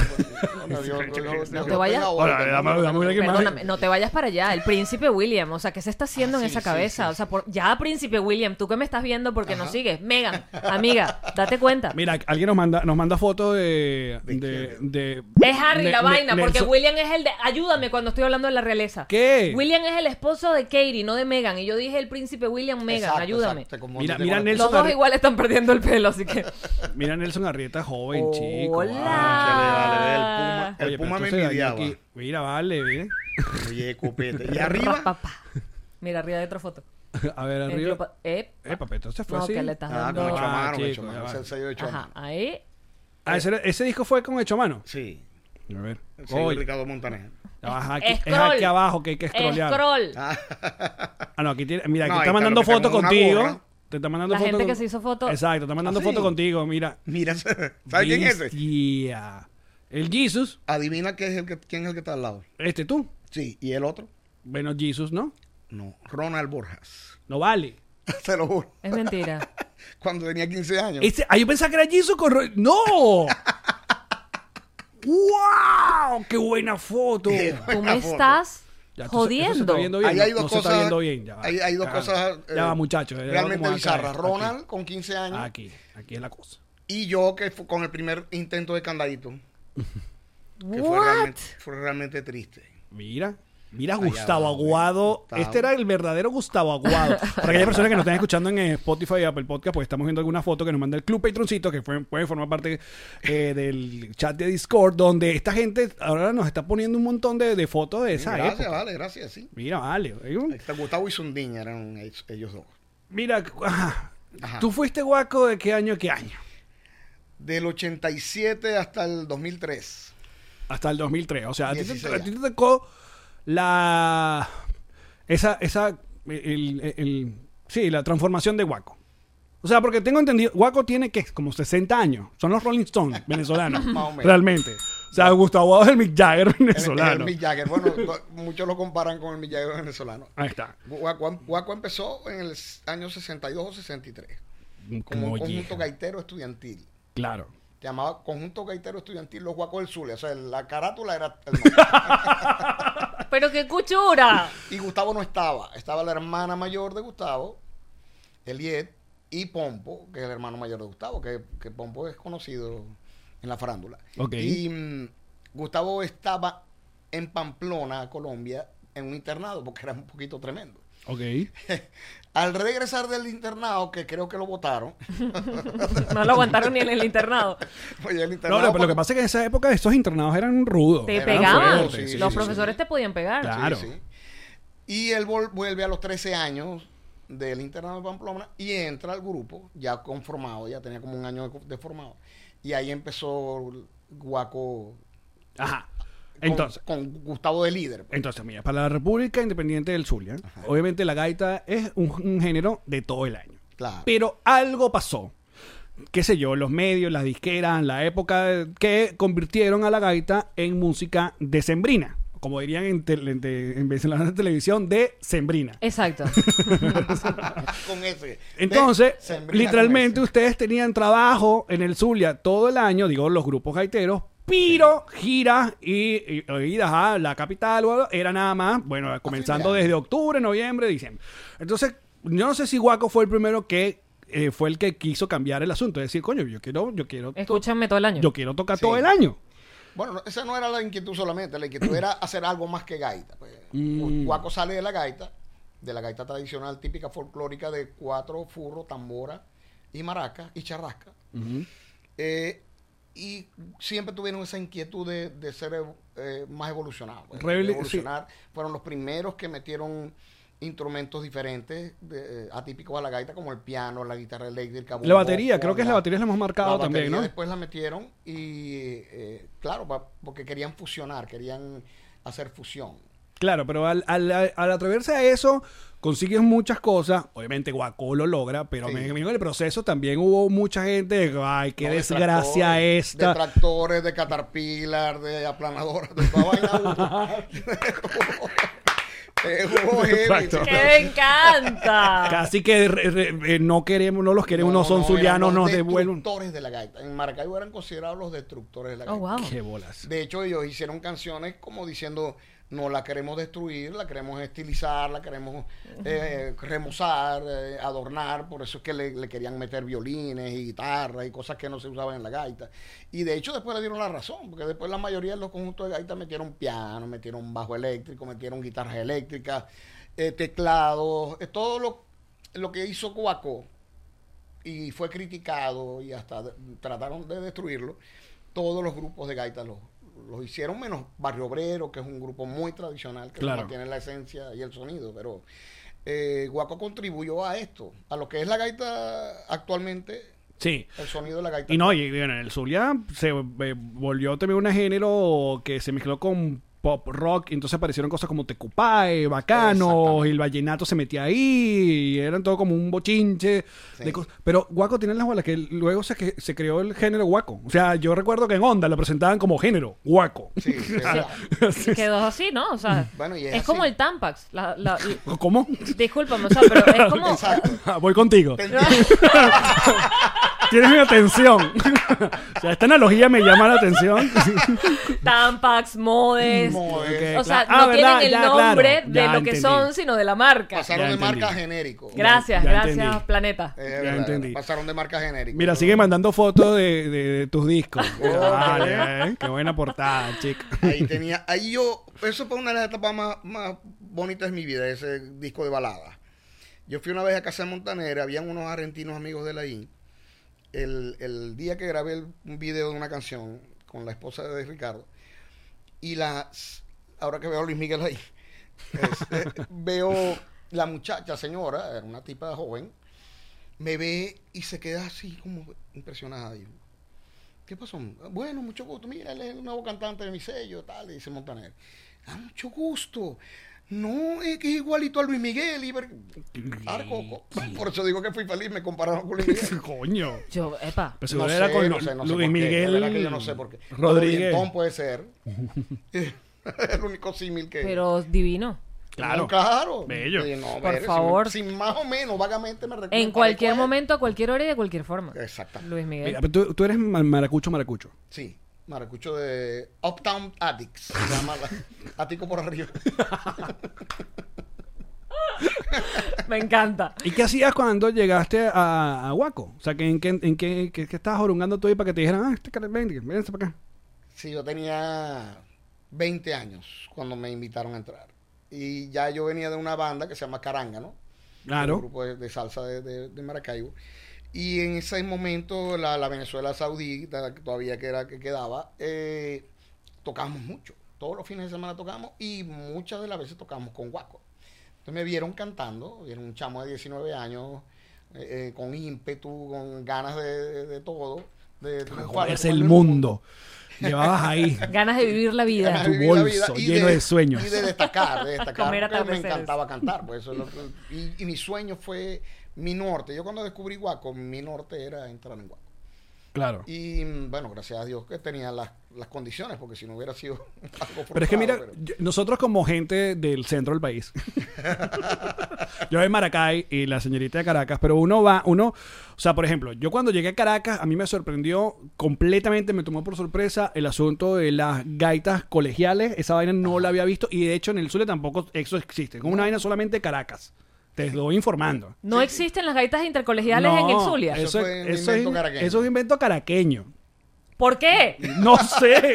Speaker 5: bueno, no, yo- yo- yo- yo-
Speaker 4: te vayas.
Speaker 3: Ahora, dame- dame una que más- Ah,
Speaker 4: Perdóname, no te vayas para allá. El príncipe William, o sea, ¿qué se está haciendo en esa cabeza? O sea, por- ya, príncipe William, tú que me estás viendo porque no sigues. Megan, amiga, date cuenta.
Speaker 3: Mira, alguien nos manda, nos manda fotos de. de, de-
Speaker 4: es Harry
Speaker 3: Ne- Ne-
Speaker 4: la vaina, porque
Speaker 3: Nelson-
Speaker 4: William es el de. Ayúdame cuando estoy hablando de la realeza.
Speaker 3: ¿Qué?
Speaker 4: William es el esposo de Katie, no de Megan. Y yo dije el príncipe William, Megan,
Speaker 5: Exacto,
Speaker 4: ayúdame.
Speaker 5: exacto, te
Speaker 3: Mira-
Speaker 5: confundiste
Speaker 3: mira
Speaker 5: con-
Speaker 3: Nelson-
Speaker 4: Los dos igual están perdiendo el pelo, así que.
Speaker 3: Mira, Nelson Arrieta joven, chico.
Speaker 4: ¡Hola!
Speaker 5: El
Speaker 3: Oye, pero
Speaker 5: Puma me
Speaker 3: entonces dañó
Speaker 5: envidiaba.
Speaker 3: aquí. Mira, vale, bien.
Speaker 5: Oye, copete. Y arriba.
Speaker 4: Papá. Mira, arriba de otra foto.
Speaker 3: A ver,
Speaker 4: El
Speaker 3: arriba.
Speaker 4: clopa- ¡Ep!
Speaker 3: Epa, pero entonces fue
Speaker 4: No,
Speaker 3: así.
Speaker 4: que le estás
Speaker 5: Ah,
Speaker 4: dando.
Speaker 5: con hecho a mano,
Speaker 3: Ah,
Speaker 5: con hecho
Speaker 3: chico, ya
Speaker 5: a mano.
Speaker 3: va.
Speaker 5: Es el sello hecho a
Speaker 4: Ajá,
Speaker 5: mano.
Speaker 4: ahí.
Speaker 3: Ah, ese, ese disco fue con hecho a mano.
Speaker 5: Sí.
Speaker 3: A ver.
Speaker 5: El sello de
Speaker 3: Oye,
Speaker 5: Ricardo Montaner.
Speaker 3: ajá, aquí- es
Speaker 4: Scroll.
Speaker 3: aquí abajo que hay que scrollear.
Speaker 4: Scroll.
Speaker 5: Ah.
Speaker 3: Ah, no, aquí tiene. Mira, aquí
Speaker 5: No, ahí
Speaker 3: está
Speaker 5: está
Speaker 3: mandando
Speaker 5: lo que tengo,
Speaker 3: fotos
Speaker 5: una
Speaker 3: contigo.
Speaker 5: gorra.
Speaker 3: Te está mandando
Speaker 4: La
Speaker 3: fotos
Speaker 4: gente que
Speaker 3: con-
Speaker 4: se hizo fotos.
Speaker 3: Exacto, está mandando
Speaker 5: ¿Ah, sí?
Speaker 3: fotos contigo. Mira.
Speaker 5: Mira, ¿sabes quién es ese?
Speaker 3: Bestia. ah, El Jesus.
Speaker 5: Adivina qué es el que, quién es el que está al lado.
Speaker 3: Este tú.
Speaker 5: Sí, y el otro.
Speaker 3: Bueno, Jesus, ¿no?
Speaker 5: No, Ronald Borjas.
Speaker 3: No vale.
Speaker 5: Se lo juro.
Speaker 4: Es mentira.
Speaker 5: Cuando tenía 15 años.
Speaker 3: Este, ah, yo pensaba que era Jesus con... Ro- ¡No! ¡Wow! ¡Qué buena foto!
Speaker 4: Tú me estás
Speaker 3: Ya, tú- eso se está
Speaker 4: jodiendo.
Speaker 3: viendo bien.
Speaker 5: Ahí hay dos
Speaker 3: no se
Speaker 5: cosas.
Speaker 3: está viendo bien. Ya va.
Speaker 5: hay, hay dos
Speaker 3: Caramba.
Speaker 5: cosas. eh,
Speaker 3: ya va, muchachos. ya va
Speaker 5: realmente
Speaker 3: como acá,
Speaker 5: bizarras.
Speaker 3: aquí.
Speaker 5: Ronald con 15 años.
Speaker 3: Aquí, aquí es la cosa.
Speaker 5: Y yo que fu- con el primer intento de candadito. Que fue
Speaker 4: What?
Speaker 5: realmente, fue realmente triste.
Speaker 3: Mira. Mira,
Speaker 5: Allá
Speaker 3: Gustavo
Speaker 5: va, güey.
Speaker 3: Aguado.
Speaker 5: Gustavo.
Speaker 3: Este era el verdadero Gustavo Aguado. Para aquellas personas que nos están escuchando en eh, Spotify y Apple Podcast, pues estamos viendo alguna foto que nos manda el Club Patroncito, que fue- puede formar parte eh, del chat de Discord, donde esta gente ahora nos está poniendo un montón de, de fotos de esa
Speaker 5: gracias,
Speaker 3: época.
Speaker 5: vale, gracias, sí.
Speaker 3: Mira, vale. Hay un-
Speaker 5: Ahí está Gustavo y Sundin eran ellos ellos dos.
Speaker 3: Mira, cu- ajá.
Speaker 5: Ajá.
Speaker 3: ¿tú fuiste guaco de qué año a qué año?
Speaker 5: Del 87 hasta el 2003.
Speaker 3: Hasta el 2003. O sea, a ti te,
Speaker 5: 16
Speaker 3: a ti te tocó la. Esa. esa el, el- el- sí, la transformación de guaco. O sea, porque tengo entendido, Guaco tiene que como 60 años. Son los Rolling Stones venezolanos.
Speaker 5: Más o menos.
Speaker 3: Realmente. O sea, Gustavo Aguado es el Mick Jagger
Speaker 5: El- El,
Speaker 3: venezolano.
Speaker 5: Mick Jagger. Bueno, do- muchos lo comparan con el Mick Jagger venezolano.
Speaker 3: Ahí está.
Speaker 5: Guaco, Guaco empezó en el s- año 62 o 63. Como un
Speaker 3: Oye,
Speaker 5: conjunto gaitero estudiantil.
Speaker 3: Claro.
Speaker 5: Se llamaba Conjunto Gaitero Estudiantil Los Guacos del Zulia. O sea, la carátula era el nombre.
Speaker 4: Pero qué cuchura.
Speaker 5: Y Gustavo no estaba. Estaba la hermana mayor de Gustavo, Eliet, y Pompo, que es el hermano mayor de Gustavo, que, que Pompo es conocido en la farándula.
Speaker 3: Ok.
Speaker 5: Y mm, Gustavo estaba en Pamplona, Colombia, en un internado, porque era un poquito tremendo.
Speaker 3: Ok.
Speaker 5: Al regresar del internado, que creo que lo votaron,
Speaker 4: No lo aguantaron ni en el internado.
Speaker 5: oye, pues el
Speaker 3: No,
Speaker 5: internado
Speaker 3: no, pero lo que pasa es que en esa época estos internados eran rudos.
Speaker 4: Te
Speaker 5: Era
Speaker 4: pegaban.
Speaker 5: fuerte, sí,
Speaker 4: Los
Speaker 5: sí,
Speaker 4: profesores te podían pegar.
Speaker 3: Claro.
Speaker 5: Sí, sí. Y él vol- vuelve a los 13 años del internado de Pamplona y entra al grupo ya conformado, ya tenía como un año de, de formado. Y ahí empezó Guaco
Speaker 3: Ajá.
Speaker 5: con,
Speaker 3: Entonces.
Speaker 5: con Gustavo de líder. pues.
Speaker 3: Entonces, mira, para la República Independiente del Zulia, obviamente la gaita es un, un género de todo el año.
Speaker 5: Claro.
Speaker 3: Pero algo pasó, qué sé yo, los medios, las disqueras, la época, que convirtieron a la gaita en música decembrina. como dirían en, tel- en te- en venezolana de televisión, de Sembrina.
Speaker 4: Exacto.
Speaker 5: Ah, con ese.
Speaker 3: Entonces,
Speaker 5: Ve, se embriaga con
Speaker 3: literalmente
Speaker 5: ese.
Speaker 3: ustedes tenían trabajo en el Zulia todo el año, digo, los grupos gaiteros, pero giras y, y- y idas a la capital o algo, era nada más, bueno, comenzando
Speaker 5: de año.
Speaker 3: desde octubre, noviembre, diciembre. Entonces, yo no sé si Guaco fue el primero que eh, fue el que quiso cambiar el asunto, es decir, coño, yo quiero, yo quiero, to-
Speaker 4: Escúchame todo el año.
Speaker 3: yo quiero tocar
Speaker 5: Sí.
Speaker 3: todo el año.
Speaker 5: Bueno, no, esa no era la inquietud solamente, la inquietud era hacer algo más que gaita. pues.
Speaker 3: Mm.
Speaker 5: Guaco sale de la gaita, de la gaita tradicional típica folclórica de cuatro furros, tambora y maraca y charrasca. Eh, y siempre tuvieron esa inquietud de, de ser ev- eh, más evolucionados. pues, de
Speaker 3: Rebel- sí.
Speaker 5: evolucionar. Fueron los primeros que metieron instrumentos diferentes de- eh, atípicos a la gaita, como el piano, la guitarra eléctrica.
Speaker 3: La
Speaker 5: bombo,
Speaker 3: batería, creo que es la
Speaker 5: conga.
Speaker 3: batería la hemos marcado
Speaker 5: La
Speaker 3: también,
Speaker 5: batería
Speaker 3: ¿no?
Speaker 5: Después la metieron y, eh, claro, pa- porque querían fusionar, querían hacer fusión.
Speaker 3: Claro, pero al, al, al atreverse a eso, consigues muchas cosas. Obviamente, Guacó lo logra, pero
Speaker 5: Sí.
Speaker 3: me imagino que en el proceso también hubo mucha gente. Ay, qué
Speaker 5: No,
Speaker 3: desgracia
Speaker 5: tractores, De
Speaker 3: esta.
Speaker 5: tractores, de caterpillar, de aplanadoras, de toda vaina. hubo. Eh, hubo heavy,
Speaker 3: Exacto.
Speaker 5: sí,
Speaker 4: ¡Que
Speaker 5: pero-
Speaker 4: me encanta!
Speaker 3: Casi que re- re- eh, no queremos, no los queremos, no, son zulianos,
Speaker 5: eran
Speaker 3: nos
Speaker 5: los
Speaker 3: devuelven.
Speaker 5: destructores de la gaita. En Maracaibo eran considerados los destructores de la gaita.
Speaker 4: Oh, wow.
Speaker 3: Qué bolas.
Speaker 5: De hecho, ellos hicieron canciones como diciendo, no la queremos destruir, la queremos estilizar, la queremos eh, remozar, eh, adornar, por eso es que le, le querían meter violines y guitarras y cosas que no se usaban en la gaita. Y de hecho después le dieron la razón, porque después la mayoría de los conjuntos de gaita metieron piano, metieron bajo eléctrico, metieron guitarras eléctricas, eh, teclados, eh, todo lo, lo que hizo Cuaco y fue criticado y hasta de- trataron de destruirlo, todos los grupos de gaita los, los hicieron, menos Barrio Obrero, que es un grupo muy tradicional que
Speaker 3: Claro.
Speaker 5: mantiene la esencia y el sonido, pero eh, Guaco contribuyó a esto, a lo que es la gaita actualmente,
Speaker 3: Sí.
Speaker 5: el sonido de la gaita.
Speaker 3: Y no, y bueno, el Zulia se eh, volvió también un género que se mezcló con pop rock, y entonces aparecieron cosas como Tecupae, Bacanos,
Speaker 5: Exactamente.
Speaker 3: y el vallenato se metía ahí, y eran todo como un bochinche.
Speaker 5: Sí.
Speaker 3: de cos- Pero Guaco tiene las bolas, que luego se, que- se creó el género Guaco. O sea, yo recuerdo que en Onda lo presentaban como género, Guaco.
Speaker 5: Sí, de verdad.
Speaker 4: Quedó así, ¿no? O sea,
Speaker 5: Bueno, y es
Speaker 4: es, como
Speaker 5: así.
Speaker 4: el Tampax. La, la- y-
Speaker 3: ¿Cómo?
Speaker 4: discúlpame, o sea, pero es como...
Speaker 5: Exacto.
Speaker 3: Ah, Voy contigo.
Speaker 5: Te entiendo.
Speaker 3: Tienes mi atención. o sea, esta analogía me llama la atención.
Speaker 4: Tampax, Modes.
Speaker 5: Como es,
Speaker 3: Ok.
Speaker 4: O sea,
Speaker 3: Ah,
Speaker 4: no
Speaker 3: ¿verdad?
Speaker 4: tienen el
Speaker 3: Ya,
Speaker 4: nombre
Speaker 3: claro.
Speaker 4: de
Speaker 3: Ya
Speaker 4: lo que
Speaker 3: entendí.
Speaker 4: son, sino de la marca.
Speaker 5: Pasaron
Speaker 3: Ya
Speaker 5: de
Speaker 3: entendí.
Speaker 5: marca genérico.
Speaker 4: Gracias,
Speaker 3: Ya
Speaker 4: gracias,
Speaker 3: entendí.
Speaker 4: planeta.
Speaker 5: Es
Speaker 3: Ya
Speaker 5: verdad,
Speaker 3: entendí.
Speaker 5: Pasaron de marca genérica.
Speaker 3: Mira, sigue mandando fotos de, de- de tus discos.
Speaker 5: Oh,
Speaker 3: Vale, ¿eh? qué buena portada, chica.
Speaker 5: Ahí tenía, ahí yo, eso fue una de las etapas más, más bonitas de mi vida, ese disco de balada. Yo fui una vez a Casa Montanera, habían unos argentinos amigos de la IN. El, el día que grabé el- un video de una canción con la esposa de Ricardo, y las, ahora que veo a Luis Miguel ahí, es, eh, veo la muchacha, señora, era una tipa joven, me ve y se queda así como impresionada. Y yo, ¿Qué pasó? Bueno, mucho gusto. Mira, él es el nuevo cantante de mi sello, tal, le dice Montaner. Ah, mucho gusto. No, es que es igualito a Luis Miguel. Y ver- Ah, Coco. Por eso digo que fui feliz, me compararon con Luis Miguel.
Speaker 3: Coño.
Speaker 4: Yo, epa.
Speaker 3: Pero
Speaker 5: No
Speaker 3: seguro era
Speaker 5: sé,
Speaker 3: con
Speaker 5: no sé, no
Speaker 3: Luis
Speaker 5: sé por qué. De
Speaker 3: Miguel.
Speaker 5: verdad que yo no sé por qué.
Speaker 3: Rodríguez.
Speaker 5: Don puede ser. el único símil que.
Speaker 4: Pero divino.
Speaker 3: Claro.
Speaker 5: No, claro.
Speaker 3: Bello.
Speaker 5: Sí, no,
Speaker 4: Por
Speaker 5: ver, si-
Speaker 4: favor.
Speaker 5: Si, más o menos, vagamente me recuerdo.
Speaker 4: En cualquier momento, a cualquier hora y de cualquier forma.
Speaker 5: Exactamente.
Speaker 4: Luis Miguel.
Speaker 3: Mira, pero tú, tú eres ma- maracucho, maracucho.
Speaker 5: Sí. Maracucho de Uptown Addicts. Se llama la- Ático por arriba.
Speaker 4: Me encanta.
Speaker 3: ¿Y qué hacías cuando llegaste a, a Huaco? O sea, ¿que, ¿en, qué, en qué, qué- qué estabas orungando tú ahí para que te dijeran, ah, este cara, ven, ven para acá?
Speaker 5: Sí, yo tenía 20 años cuando me invitaron a entrar. Y ya yo venía de una banda que se llama Caranga, ¿no? Un
Speaker 3: Claro.
Speaker 5: grupo de, de salsa de, de- de Maracaibo. Y en ese momento, la, la Venezuela saudita, que todavía que era que quedaba, eh, tocábamos mucho. Todos los fines de semana tocábamos y muchas de las veces tocábamos con guaco. Entonces me vieron cantando, era un chamo de 19 años, eh, eh, con ímpetu, con ganas de, de- de todo. De, de-
Speaker 3: Joder, es
Speaker 5: de-
Speaker 3: el mundo. Llevabas ahí.
Speaker 4: Ganas de vivir la
Speaker 5: Ganas
Speaker 4: vida.
Speaker 3: tu
Speaker 5: de vivir la
Speaker 3: bolso
Speaker 5: vida y
Speaker 3: lleno de sueños.
Speaker 5: Y de destacar, de destacar.
Speaker 4: Comer
Speaker 5: porque me
Speaker 4: atardeceres.
Speaker 5: encantaba cantar. Pues eso es lo que- y, y mi sueño fue mi norte. Yo cuando descubrí Guaco, mi norte era entrar en Guaco.
Speaker 3: Claro.
Speaker 5: Y mm, bueno, gracias a Dios que tenía las, las condiciones, porque si no hubiera sido algo
Speaker 3: Pero es que
Speaker 5: frustrado,
Speaker 3: mira,
Speaker 5: pero-
Speaker 3: yo- nosotros como gente del centro del país, yo en Maracay y la señorita de Caracas, pero uno va, uno, o sea, por ejemplo, yo cuando llegué a Caracas, a mí me sorprendió completamente, me tomó por sorpresa el asunto de las gaitas colegiales, esa vaina no la había visto y de hecho en el sur tampoco eso existe, es una vaina solamente de Caracas, te estoy informando.
Speaker 4: No existen las gaitas intercolegiales en el
Speaker 3: No,
Speaker 4: Zulia.
Speaker 3: Eso,
Speaker 5: Eso fue un
Speaker 3: eso
Speaker 5: invento
Speaker 3: es,
Speaker 5: caraqueño.
Speaker 3: eso es un invento caraqueño.
Speaker 4: ¿Por qué?
Speaker 3: No sé.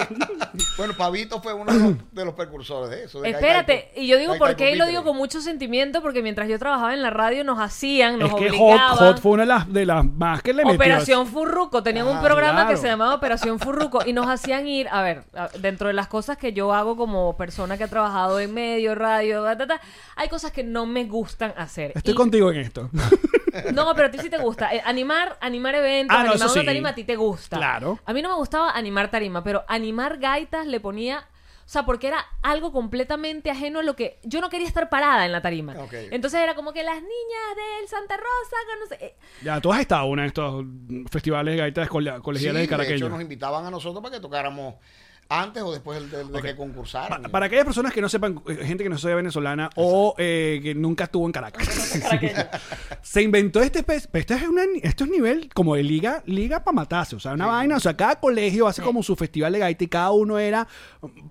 Speaker 5: Bueno, Pavito fue uno de los, de los precursores de eso. de Gaitaico.
Speaker 4: Espérate, y yo digo
Speaker 5: Gaitaico
Speaker 4: por qué y lo
Speaker 5: Títere.
Speaker 4: digo con mucho sentimiento porque mientras yo trabajaba en la radio nos hacían, nos
Speaker 3: es que Hot,
Speaker 4: obligaban.
Speaker 3: Hot fue una de las, de las más que le metió.
Speaker 4: Operación Furruco, tenían un
Speaker 3: Ah,
Speaker 4: programa
Speaker 3: claro.
Speaker 4: que se llamaba Operación Furruco y nos hacían ir, a ver, a- dentro de las cosas que yo hago como persona que ha trabajado en medio, radio, ta, ta, ta, hay cosas que no me gustan hacer.
Speaker 3: Estoy
Speaker 4: Y-
Speaker 3: contigo en esto.
Speaker 4: No, pero a ti sí te gusta. Eh, animar, animar eventos,
Speaker 3: Ah, no,
Speaker 4: animar
Speaker 3: eso
Speaker 4: una
Speaker 3: sí.
Speaker 4: tarima, a ti te gusta.
Speaker 3: Claro.
Speaker 4: A mí no me gustaba animar tarima, pero animar gaitas le ponía. O sea, porque era algo completamente ajeno a lo que. Yo no quería estar parada en la tarima.
Speaker 5: Ok.
Speaker 4: Entonces era como que las niñas del Santa Rosa, que no sé. eh,
Speaker 3: ya, tú has estado en uno de estos festivales de gaitas cole-
Speaker 5: Sí,
Speaker 3: colegiales
Speaker 5: de
Speaker 3: de caraqueño.
Speaker 5: hecho, nos invitaban a nosotros para que tocáramos antes o después del- del- de, que concursaran.
Speaker 3: Pa- Ah, para aquellas personas que no sepan, eh, gente que no sea venezolana o eh, que nunca estuvo en Caracas, se inventó este pez. Esto es, una, esto es nivel como de liga, liga para matarse. O sea, una vaina. O sea, cada colegio hace como su festival de gaita y cada uno era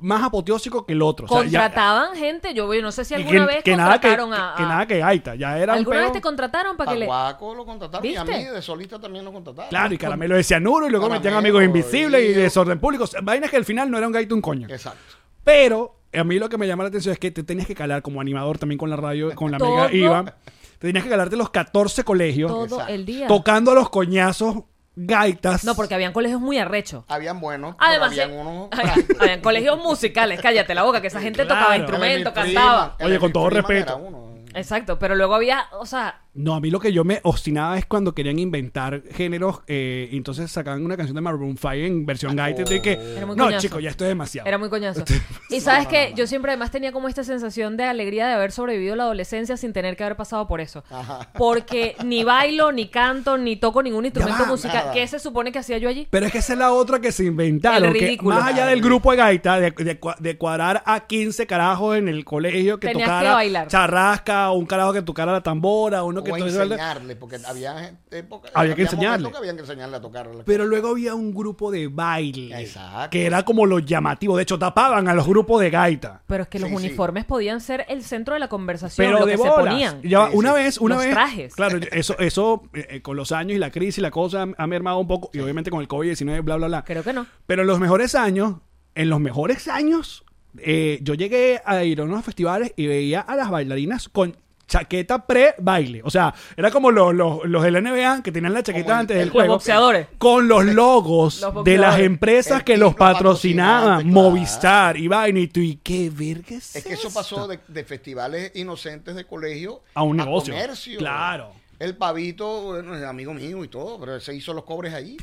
Speaker 3: más apoteósico que el otro. O sea, ya-
Speaker 4: contrataban gente. Yo yo no sé si
Speaker 3: y
Speaker 4: alguna vez
Speaker 3: nada que,
Speaker 4: contrataron a.
Speaker 3: que
Speaker 4: a-
Speaker 3: nada que gaita. Ya era un
Speaker 4: ¿Alguna vez
Speaker 3: peo-
Speaker 4: te contrataron para
Speaker 5: A
Speaker 4: que le.
Speaker 5: Guaco lo contrataron y a mí
Speaker 4: ¿Viste?
Speaker 5: de solista también lo contrataron.
Speaker 3: Claro, y caramelo de cianuro, y luego
Speaker 5: Caramelo,
Speaker 3: metían amigos invisibles y
Speaker 5: y-
Speaker 3: desorden público. O sea, Vainas que al final no era un gaito un coño.
Speaker 5: Exacto.
Speaker 3: Pero a mí lo que me llama la atención es que te tenías que calar como animador también con la radio, con la
Speaker 4: Todo.
Speaker 3: amiga Iva. Te tenías que calarte los 14 colegios
Speaker 4: todo
Speaker 5: Exacto.
Speaker 4: el día.
Speaker 3: tocando a los coñazos gaitas.
Speaker 4: No, porque habían colegios muy arrechos.
Speaker 5: Habían buenos, pero
Speaker 4: Además,
Speaker 5: habían
Speaker 4: eh,
Speaker 5: unos...
Speaker 4: habían colegios musicales, cállate la boca, que esa gente tocaba
Speaker 3: Claro.
Speaker 4: instrumento,
Speaker 5: Elvis
Speaker 4: cantaba.
Speaker 5: Presley,
Speaker 3: Oye, con
Speaker 5: Elvis
Speaker 3: todo
Speaker 5: Presley
Speaker 3: respeto.
Speaker 5: era uno. eh,
Speaker 4: Exacto, pero luego había, o sea,
Speaker 3: No, a mí lo que yo me obstinaba es cuando querían inventar géneros eh, y entonces sacaban una canción de Maroon 5 en versión gaita. Y te dije,
Speaker 4: Ah, oh. Era muy
Speaker 3: no,
Speaker 4: coñazo.
Speaker 3: chico, ya Este esto es demasiado.
Speaker 4: era muy coñazo. Y sabes que yo siempre además tenía como esta sensación de alegría de haber sobrevivido la adolescencia sin tener que haber pasado por eso. Porque ni bailo, ni canto, ni toco ningún instrumento
Speaker 3: va,
Speaker 4: musical.
Speaker 5: nada.
Speaker 4: ¿Qué se supone que hacía yo allí?
Speaker 3: Pero es que esa es la otra que se inventaron.
Speaker 4: El
Speaker 3: Que
Speaker 4: ridículo.
Speaker 3: más allá del grupo de gaita, de, de cua- de cuadrar a 15 carajos en el colegio que
Speaker 4: Tenías que
Speaker 3: tocara
Speaker 4: bailar.
Speaker 3: charrasca, un carajo que tocara la tambora, uno que
Speaker 5: o a
Speaker 3: todo eso-
Speaker 5: enseñarle, porque había gente- época-
Speaker 3: Había que
Speaker 5: momentos
Speaker 3: enseñarle.
Speaker 5: que habían que enseñarle a tocar. las
Speaker 3: Pero luego había un grupo de baile.
Speaker 5: Exacto.
Speaker 3: Que era como lo llamativo. De hecho, tapaban a los grupos de gaita.
Speaker 4: Pero es que los
Speaker 5: Sí, sí.
Speaker 4: uniformes podían ser el centro de la conversación,
Speaker 3: Pero
Speaker 4: lo
Speaker 3: de
Speaker 4: que se
Speaker 3: bolas.
Speaker 4: ponían.
Speaker 3: Ya,
Speaker 5: Sí,
Speaker 3: una
Speaker 5: sí.
Speaker 3: vez, una
Speaker 4: Los
Speaker 3: vez.
Speaker 4: trajes.
Speaker 3: Claro, eso, eso eh, eh, con los años y la crisis y la cosa ha mermado un poco. Y obviamente con el COVID-19, bla, bla, bla.
Speaker 4: Creo que no.
Speaker 3: Pero en los mejores años, en los mejores años, eh, yo llegué a ir a unos festivales y veía a las bailarinas con chaqueta pre-baile. O sea, era como los, los, los de la NBA que tenían la chaqueta
Speaker 5: Como el-
Speaker 3: antes del
Speaker 5: los
Speaker 3: juego.
Speaker 4: boxeadores.
Speaker 3: Con los logos
Speaker 4: Los
Speaker 3: de las
Speaker 4: boxeadores.
Speaker 3: empresas
Speaker 5: El
Speaker 3: que los
Speaker 5: tipo
Speaker 3: patrocinaban.
Speaker 5: patrocinante, claro.
Speaker 3: Movistar y vaina. Y tú, ¿y qué verga es
Speaker 5: Es que eso
Speaker 3: esto?
Speaker 5: pasó de, de festivales inocentes de colegio
Speaker 3: A un negocio.
Speaker 5: comercio.
Speaker 3: Claro.
Speaker 5: El pavito, bueno, es amigo mío y todo, pero él se hizo los cobres allí.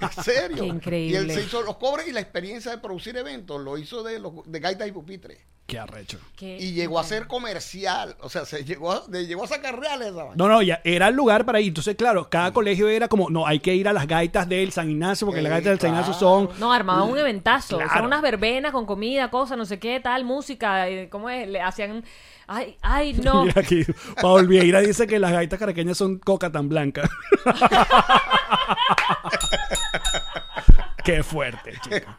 Speaker 5: en serio.
Speaker 4: Qué increíble.
Speaker 5: Y él se hizo los cobres y la experiencia de producir eventos lo hizo de, los- de gaitas y pupitres.
Speaker 3: Qué arrecho.
Speaker 4: Qué-
Speaker 5: Y llegó a ser comercial. O sea, se llegó a, de- llegó a sacar reales esa vaina.
Speaker 3: No, no, ya era el lugar para ir. Entonces, claro,
Speaker 5: Mm.
Speaker 3: cada colegio era como, no, hay que ir a las gaitas del San Ignacio, porque las
Speaker 5: Sí,
Speaker 3: gaitas del San Ignacio
Speaker 5: claro.
Speaker 3: son
Speaker 4: No, armaban un eventazo. O sea,
Speaker 3: Claro.
Speaker 4: unas verbenas con comida, cosas, no sé qué, tal, música. eh, ¿Cómo es? Le hacían. Ay, ay, no.
Speaker 3: Mira aquí, Paul Vieira dice que las gaitas caraqueñas son coca tan blanca. Qué fuerte, chico.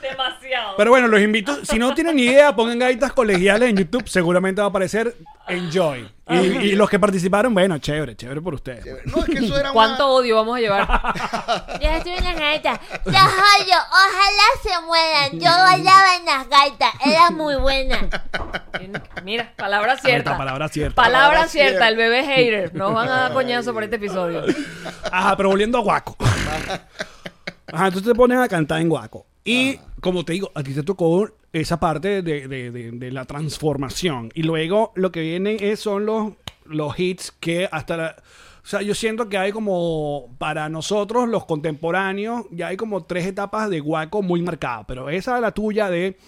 Speaker 4: Demasiado.
Speaker 3: Pero bueno, los invito. Si no tienen ni idea, pongan gaitas colegiales en YouTube. Seguramente va a aparecer Enjoy. Y, y los que participaron, bueno, chévere, chévere por ustedes. pues.
Speaker 5: No, es que eso era
Speaker 4: ¿Cuánto
Speaker 5: una...
Speaker 4: odio vamos a llevar?
Speaker 6: Yo estuve en las gaitas. Los odio, ojalá se mueran. Yo bailaba en las gaitas, era muy buena.
Speaker 4: Mira, palabra cierta.
Speaker 3: Ahorita, palabra cierta.
Speaker 4: Palabra,
Speaker 5: Palabra
Speaker 4: cierta.
Speaker 5: cierta.
Speaker 4: El bebé hater. Nos van a dar coñazo por este episodio.
Speaker 3: Ajá, pero volviendo a Guaco. Ajá, entonces te ponen a cantar en Guaco. Y como te digo, a ti te tocó esa parte de, de- de- de la transformación. Y luego lo que viene es, son los, los hits que hasta la... O sea, yo siento que hay como, para nosotros los contemporáneos, ya hay como tres etapas de guaco muy marcadas. Pero esa es la tuya de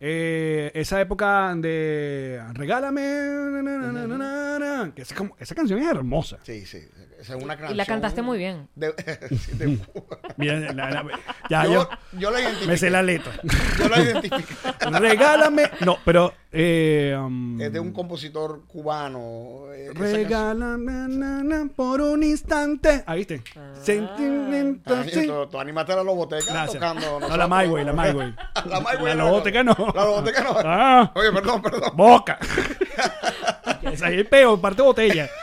Speaker 3: eh, esa época de Regálame, na, na, na, na, na, na, na, que esa, como- esa canción es hermosa.
Speaker 5: Sí, sí. Esa es una
Speaker 4: Y la cantaste muy bien.
Speaker 5: de- sí, de-
Speaker 3: Mira, la- la- ya
Speaker 5: yo,
Speaker 3: Ah, yo,
Speaker 5: yo la
Speaker 3: me
Speaker 5: identifico.
Speaker 3: sé la letra.
Speaker 5: Yo la identifico.
Speaker 3: Regálame, no, pero eh, um,
Speaker 5: Es de un compositor cubano. eh, esa canción.
Speaker 3: Regálame na, na, por un instante. Ahí viste.
Speaker 4: Ah.
Speaker 3: Sentimiento.
Speaker 5: Ay,
Speaker 3: sí.
Speaker 5: Tú, tú animaste a la loboteca
Speaker 3: Gracias.
Speaker 5: tocando.
Speaker 3: No, la My Way, la My Way.
Speaker 5: La My Way
Speaker 3: La
Speaker 5: no.
Speaker 3: Loboteca no.
Speaker 5: La loboteca no.
Speaker 3: Ah.
Speaker 5: Oye, perdón, perdón.
Speaker 3: Boca. Esa es el peo, parte botella.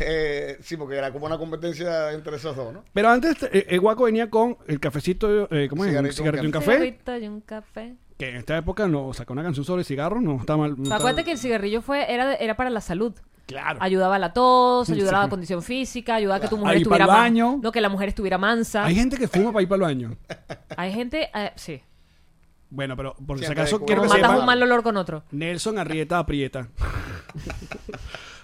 Speaker 5: Eh, sí, porque era como una competencia entre esos dos, ¿no?
Speaker 3: Pero antes, eh, el guaco venía con el cafecito, eh, ¿cómo es?
Speaker 5: Cigarrito,
Speaker 3: Un cigarrito y un
Speaker 5: un
Speaker 3: café.
Speaker 4: Cigarrito y un café.
Speaker 3: Que en esta época no sacó una canción sobre cigarros, no está mal. no está-
Speaker 4: Acuérdate que el cigarrillo fue era, de- era para la salud.
Speaker 3: Claro.
Speaker 4: Ayudaba a la tos,
Speaker 3: Sí,
Speaker 4: ayudaba a
Speaker 3: sí.
Speaker 4: la condición física, ayudaba a que tu mujer
Speaker 3: Ahí
Speaker 4: estuviera
Speaker 3: pa'l
Speaker 4: man-
Speaker 3: baño.
Speaker 4: No, que la mujer estuviera mansa.
Speaker 3: Hay gente que fuma para ir para el baño.
Speaker 4: Hay gente, eh, sí,
Speaker 3: Bueno, pero por si
Speaker 5: Siempre
Speaker 3: acaso
Speaker 5: hay
Speaker 3: quiero
Speaker 4: como
Speaker 3: que
Speaker 5: cubano.
Speaker 4: matas
Speaker 3: sepan,
Speaker 4: un mal olor con otro.
Speaker 3: Nelson Arrieta aprieta.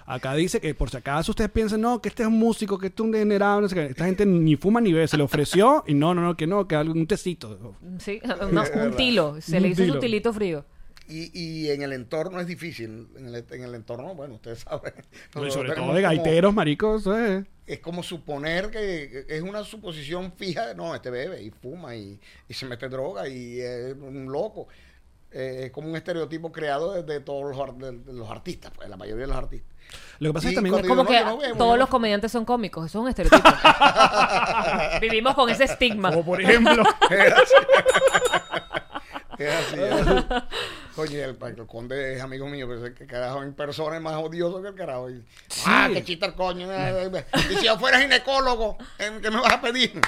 Speaker 3: Acá dice que por si acaso ustedes piensan, no, que este es un músico, que este es un degenerado, no sé qué. Esta gente ni fuma ni bebe, se le ofreció y no, no, no, que no, que algún tecito.
Speaker 4: Sí, una- un tilo. Se
Speaker 3: Un
Speaker 4: le hizo
Speaker 3: tilo.
Speaker 4: su tilito frío.
Speaker 5: Y, y en el entorno es difícil. En el, en el entorno, bueno, ustedes saben.
Speaker 3: Y sobre
Speaker 5: Pero
Speaker 3: todo
Speaker 5: como-
Speaker 3: de gaiteros, maricos. eh.
Speaker 5: Es como suponer que es una suposición fija. No, este bebe y fuma y, y se mete droga y es un loco. Eh, es como un estereotipo creado desde todos los, ar- de- de los artistas, pues, la mayoría de los artistas.
Speaker 3: Lo que pasa es que
Speaker 5: Y
Speaker 3: también
Speaker 5: cuando-
Speaker 4: Como
Speaker 5: no,
Speaker 4: que
Speaker 5: yo no veo,
Speaker 4: todos
Speaker 5: yo no-
Speaker 4: los comediantes son cómicos. Eso es un estereotipo. Vivimos con ese estigma.
Speaker 3: Como por ejemplo,
Speaker 5: Es así, es así. Oye, el, el conde es amigo mío, pero que carajo en persona es más odioso que el carajo. Y, Ah, qué chiste el coño. eh, Y si yo fuera ginecólogo, ¿eh, ¿qué me vas a pedir?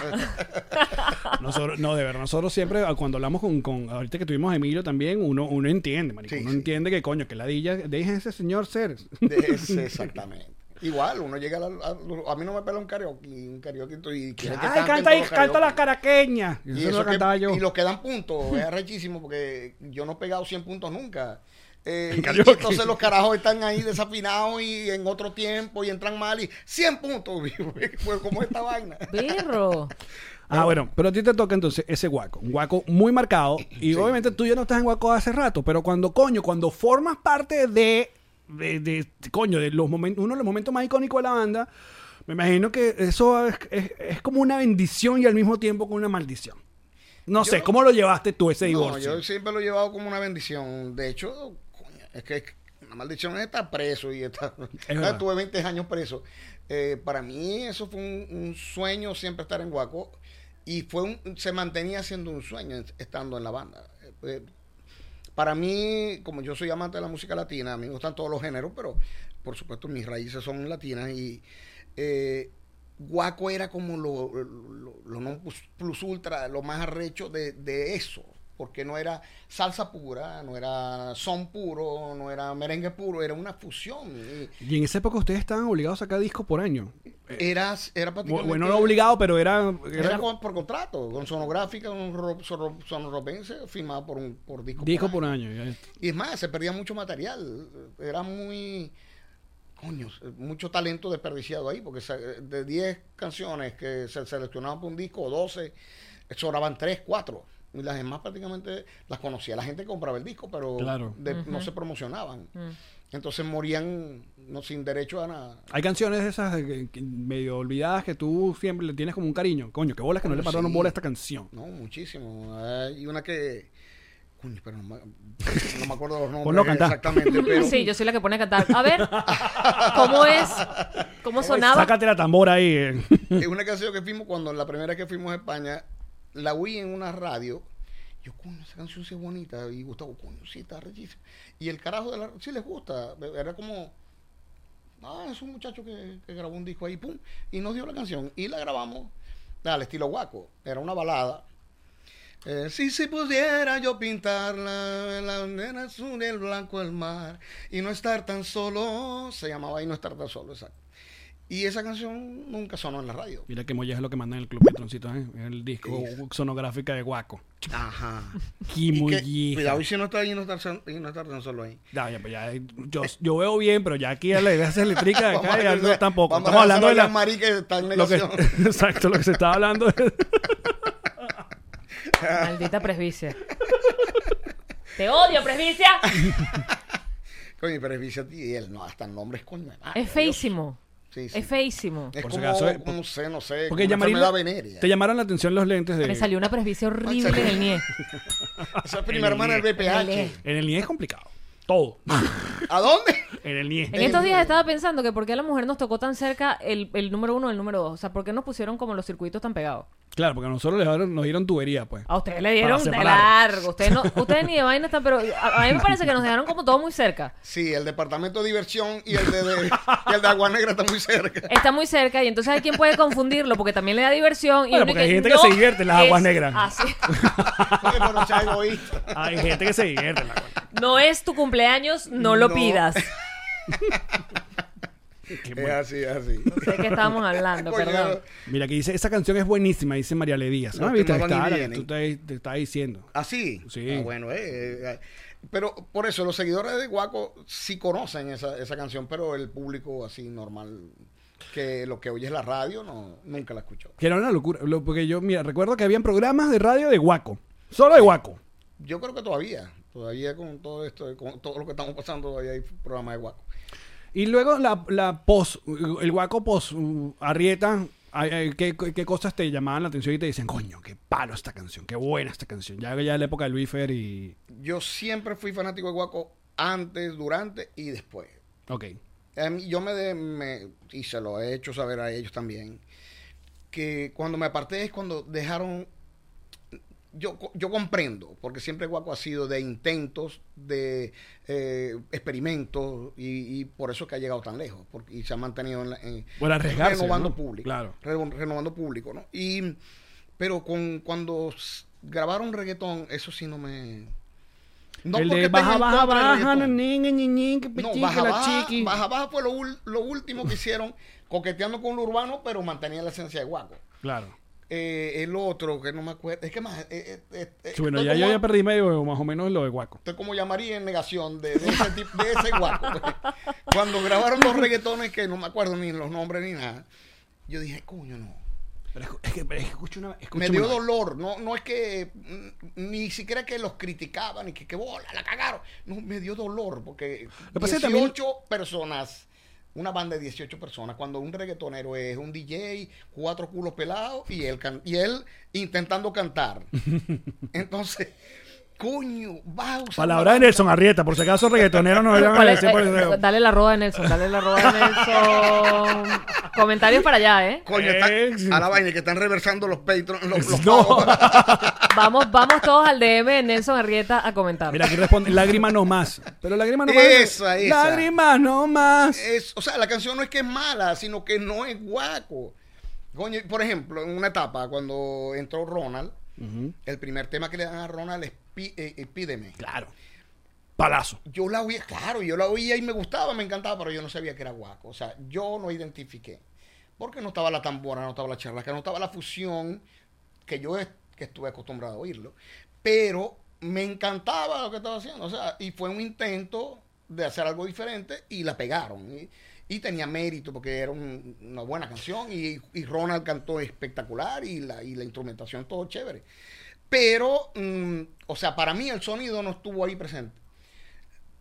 Speaker 3: nosotros, no, de verdad, nosotros siempre, ah, cuando hablamos con, con- ahorita que tuvimos a Emilio también, uno, uno entiende, marico.
Speaker 5: Sí,
Speaker 3: uno
Speaker 5: sí.
Speaker 3: entiende que, coño, que ladilla, dejen ese señor ser.
Speaker 5: Es exactamente. Igual, uno llega a, la- a- a mí no me pela un karaoke, un karaoke y quiere que
Speaker 3: Ay,
Speaker 5: canten
Speaker 3: canta ahí,
Speaker 5: todos los
Speaker 3: canta la
Speaker 5: karaoke.
Speaker 3: caraqueña. Y
Speaker 5: Y,
Speaker 3: eso,
Speaker 5: eso
Speaker 3: lo
Speaker 5: que-
Speaker 3: cantaba yo.
Speaker 5: y los que dan puntos, es arrechísimo porque yo no he pegado 100 puntos nunca. Eh,
Speaker 3: En
Speaker 5: y
Speaker 3: karaoke.
Speaker 5: entonces los carajos están ahí desafinados y en otro tiempo y entran mal y 100 puntos. pues, ¿Cómo es esta vaina?
Speaker 4: Birro.
Speaker 3: Ah, bueno, pero a ti te toca entonces ese guaco, un guaco muy marcado. Y obviamente tú ya no estás en guaco hace rato, pero cuando, coño, cuando formas parte de, de, de- coño, de los momentos, uno de los momentos más icónicos de la banda, me imagino que eso es, es- es como una bendición y al mismo tiempo como una maldición. No sé,
Speaker 5: no-
Speaker 3: ¿cómo lo llevaste tú ese
Speaker 5: No,
Speaker 3: divorcio?
Speaker 5: yo siempre lo he llevado como una bendición. De hecho, coño, es que una maldición es estar preso y estar.
Speaker 3: verdad.
Speaker 5: Estuve 20 años preso. Eh, para mí, eso fue un, un sueño siempre estar en Guaco. Y fue un- se mantenía siendo un sueño es- estando en la banda. Eh, eh, para mí, como yo soy amante de la música latina, a mí me gustan todos los géneros, pero por supuesto mis raíces son latinas y eh, Guaco era como lo, lo, lo non plus, plus ultra, lo más arrecho de, de eso, porque no era salsa pura, no era son puro, no era merengue puro, era una fusión. y
Speaker 3: Y en esa época ustedes estaban obligados a sacar discos por año.
Speaker 5: era, era
Speaker 3: Eh, Bu-
Speaker 5: prácticamente...
Speaker 3: Bueno, no obligado, pero era...
Speaker 5: Era
Speaker 3: era
Speaker 5: con- por contrato, con sonográfica, un ro- sonro- sonoropense firmado por un por disco. por
Speaker 3: disco
Speaker 5: año.
Speaker 3: por año. ya.
Speaker 5: Y es más, se perdía mucho material. Era muy. Coño, mucho talento desperdiciado ahí, porque se- de 10 canciones que se seleccionaban para un disco, 12, sobraban 3, 4. Y las demás prácticamente las conocía. La gente que compraba el disco, pero
Speaker 3: Claro.
Speaker 5: de- no se promocionaban.
Speaker 4: Mm.
Speaker 5: Entonces morían no, sin derecho a nada.
Speaker 3: Hay canciones de esas de que- que medio olvidadas que tú siempre le tienes como un cariño. Coño, qué bolas que no le
Speaker 5: Coño,
Speaker 3: pararon
Speaker 5: sí.
Speaker 3: bola a esta canción.
Speaker 5: No, muchísimo. Hay una que. Coño, pero no, me- no me acuerdo los nombres.
Speaker 3: Ponlo a cantar.
Speaker 5: Exactamente, pero.
Speaker 4: Sí, yo soy la que pone a cantar. A ver, ¿cómo es? ¿Cómo sonaba?
Speaker 3: Sácate la tambora ahí. eh.
Speaker 5: Es una canción que fuimos cuando la primera vez que fuimos a España, la oí en una radio. Yo, coño, esa canción sí es bonita. Y Gustavo, coño, sí, está rechísima. Y el carajo de la sí les gusta. Era como, ah, es un muchacho que, que grabó un disco ahí, pum. Y nos dio la canción. Y la grabamos al estilo guaco. Era una balada. Eh, si se pudiera yo pintar la, la bandera azul y el blanco el mar y no estar tan solo, se llamaba y no estar tan solo, exacto. Y esa canción nunca sonó en la radio.
Speaker 3: Mira que molleja lo que mandan en el Club Petroncito, ¿eh? El disco sonográfica de Guaco.
Speaker 5: Ajá.
Speaker 3: Qué
Speaker 5: Y que-
Speaker 3: molleja.
Speaker 5: Cuidado, y si no está ahí, no estar, san- y no estar tan solo ahí.
Speaker 3: Ya, ya, pues ya, yo, yo veo bien, pero ya aquí a la idea eléctrica de acá
Speaker 5: Vamos a
Speaker 3: ya
Speaker 5: dejar-
Speaker 3: no, tampoco.
Speaker 5: vamos a
Speaker 3: Estamos hablando de
Speaker 5: dejar
Speaker 3: la...
Speaker 5: a Jean-Marie que está en
Speaker 3: lo que-
Speaker 5: negación.
Speaker 3: exacto, lo que se estaba hablando.
Speaker 4: Maldita presbicia. Te odio, presbicia.
Speaker 5: Coño, pero es Vicente y él, no, hasta el nombre es coño. de madre,
Speaker 4: es feísimo.
Speaker 5: Dios. Sí, sí.
Speaker 4: Es feísimo.
Speaker 5: Es
Speaker 3: Por si
Speaker 5: como,
Speaker 3: acaso, eh, por-
Speaker 5: no sé, no sé,
Speaker 3: Porque
Speaker 5: como una
Speaker 3: llamaría-
Speaker 5: enfermedad venérea.
Speaker 3: te llamaron la atención los lentes de...
Speaker 4: Me salió una presbicia horrible en el NIE.
Speaker 5: Esa es prima hermana del
Speaker 4: E.
Speaker 5: BPH.
Speaker 3: En el NIE es complicado. Todo.
Speaker 5: ¿A dónde?
Speaker 3: en el NIE.
Speaker 4: En estos días estaba pensando que por qué a la mujer nos tocó tan cerca el, el número uno y el número dos. O sea, ¿por qué nos pusieron como los circuitos tan pegados?
Speaker 3: Claro, porque a nosotros les dieron- nos dieron tubería, pues.
Speaker 5: Ah.
Speaker 4: A ustedes le dieron de
Speaker 3: separar.
Speaker 4: largo. Ustedes, no, ustedes ni de vaina están, pero a, a mí me parece que nos dejaron como todo muy cerca.
Speaker 5: Sí, el departamento de diversión y el de, de- y el de Agua Negra está muy cerca.
Speaker 4: Está muy cerca y entonces hay quien puede confundirlo porque también le da diversión. Y
Speaker 3: Bueno,
Speaker 4: uno y
Speaker 3: porque hay gente que se divierte en las
Speaker 4: es
Speaker 3: aguas negras.
Speaker 4: así.
Speaker 5: Oye, pero sea egoísta.
Speaker 3: Hay gente que se divierte. la cosa.
Speaker 4: No es tu cumpleaños, no lo
Speaker 5: No.
Speaker 4: pidas.
Speaker 3: Qué
Speaker 5: Es
Speaker 3: bueno.
Speaker 5: así, es así.
Speaker 4: Sé que estábamos hablando,
Speaker 5: Coño,
Speaker 4: perdón.
Speaker 3: Mira, que dice, esa canción es buenísima, dice María Le Díaz.
Speaker 5: Los
Speaker 3: ¿No
Speaker 5: que
Speaker 3: viste?
Speaker 5: no van y
Speaker 3: Está, la que
Speaker 5: vienen.
Speaker 3: tú te, te estás diciendo.
Speaker 5: ¿Así?
Speaker 3: Sí.
Speaker 5: Ah, bueno, eh, eh, pero por eso los seguidores de Guaco sí conocen esa, esa canción, pero el público así normal, que lo que oye es la radio, no, nunca la escuchó.
Speaker 3: Que era una locura. Lo- porque yo, mira, recuerdo que habían programas de radio de Guaco. Solo de Guaco.
Speaker 5: Yo creo que todavía, todavía con todo esto, con todo lo que estamos pasando, todavía hay programas de Guaco.
Speaker 3: Y luego la, la pos, el Guaco pos, uh, Arrieta. ay, ay, ¿Qué, qué cosas te llamaban la atención y te dicen, coño, qué palo esta canción, qué buena esta canción? Ya ya en la época de Luis Fer y.
Speaker 5: Yo siempre fui fanático de Guaco antes, durante y después.
Speaker 3: Ok.
Speaker 5: A mí- yo me, de- me- y se lo he hecho saber a ellos también, que cuando me aparté es cuando dejaron, yo, co- yo comprendo, porque siempre Guaco ha sido de intentos, de eh, experimentos, y, y por eso es que ha llegado tan lejos, porque, y se ha mantenido en, la- en-
Speaker 3: Por arriesgarse,
Speaker 5: renovando
Speaker 3: ¿no?
Speaker 5: público.
Speaker 3: Claro.
Speaker 5: reno- renovando público, ¿no? Y, pero con, cuando s- grabaron reggaetón, eso sí no me... No
Speaker 3: el
Speaker 5: porque
Speaker 3: de
Speaker 5: tenga
Speaker 3: baja,
Speaker 5: en
Speaker 3: baja,
Speaker 5: contra del
Speaker 3: baja,
Speaker 5: reggaetón.
Speaker 3: niña, niña, que
Speaker 5: No,
Speaker 3: pichique,
Speaker 5: baja
Speaker 3: la
Speaker 5: baja,
Speaker 3: chiqui.
Speaker 5: baja baja fue lo, ul- lo último que hicieron, coqueteando con lo urbano, pero mantenía la esencia de Guaco.
Speaker 3: Claro.
Speaker 5: Eh, el otro, que no me acuerdo, es que más, eh, eh, eh, eh,
Speaker 3: Sí, bueno,
Speaker 5: estoy
Speaker 3: ya
Speaker 5: como-
Speaker 3: yo ya perdí medio más o menos lo de Guaco.
Speaker 5: Estoy como llamaría en negación de, de ese tipo, de ese Guaco. Cuando grabaron los reggaetones, que no me acuerdo ni los nombres ni nada, yo dije, coño, no.
Speaker 3: Pero escu- es que, pero es que escucho una.
Speaker 5: Me
Speaker 3: escúchame
Speaker 5: dio
Speaker 3: una-
Speaker 5: dolor, no, no es que mm, ni siquiera que los criticaban y que, que bola, la cagaron. No, me dio dolor porque
Speaker 3: Lo que pasa es que
Speaker 5: 18
Speaker 3: también-
Speaker 5: personas, una banda de 18 personas, cuando un reggaetonero es un DJ, cuatro culos pelados y él, can- y él intentando cantar. Entonces, coño, va a usar
Speaker 3: Palabra de Nelson Arrieta, por si acaso reggaetonero no le van a
Speaker 4: Vale,
Speaker 3: decir por
Speaker 4: eh, dale la roda a Nelson, dale la roda a Nelson. Comentarios para allá, ¿eh?
Speaker 5: Coño, está-
Speaker 3: Eh.
Speaker 5: a la vaina que están reversando los patrons. Los, los
Speaker 3: No.
Speaker 5: pagos.
Speaker 4: Vamos, vamos todos al DM de Nelson Arrieta a comentar.
Speaker 3: Mira, aquí responde, lágrima no más. Pero lágrima no más.
Speaker 5: Esa, esa. Eh.
Speaker 3: Lágrima no más.
Speaker 5: es- o sea, la canción no es que es mala, sino que no es guaco. Coño, por ejemplo, en una etapa, cuando entró Ronald, el primer tema que le dan a Ronald es Pi- eh, eh, Pídeme.
Speaker 3: Claro. Palazo.
Speaker 5: Yo la oía, claro, yo la oía y me gustaba, me encantaba, pero yo no sabía que era guaco. O sea, yo no identifiqué. Porque no estaba la tambora, no estaba la charlaca, no estaba la fusión que yo es- que estuve acostumbrado a oírlo. Pero me encantaba lo que estaba haciendo. O sea, y fue un intento de hacer algo diferente y la pegaron. Y, y tenía mérito porque era un- una buena canción y, y Ronald cantó espectacular y la, y la instrumentación todo chévere. Pero, mm, o sea, para mí el sonido no estuvo ahí presente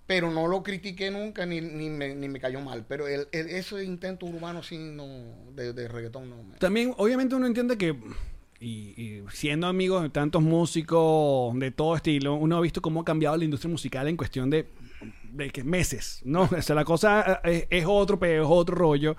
Speaker 5: pero no lo critiqué nunca ni, ni, me, ni me cayó mal. Pero el, el- ese intento urbano sí no, de, de reggaetón no me...
Speaker 3: También, obviamente, uno entiende que. Y, y siendo amigos de tantos músicos de todo estilo, uno ha visto cómo ha cambiado la industria musical en cuestión de, de que meses, ¿no? O sea, la cosa eh, es, es otro peo, es otro rollo.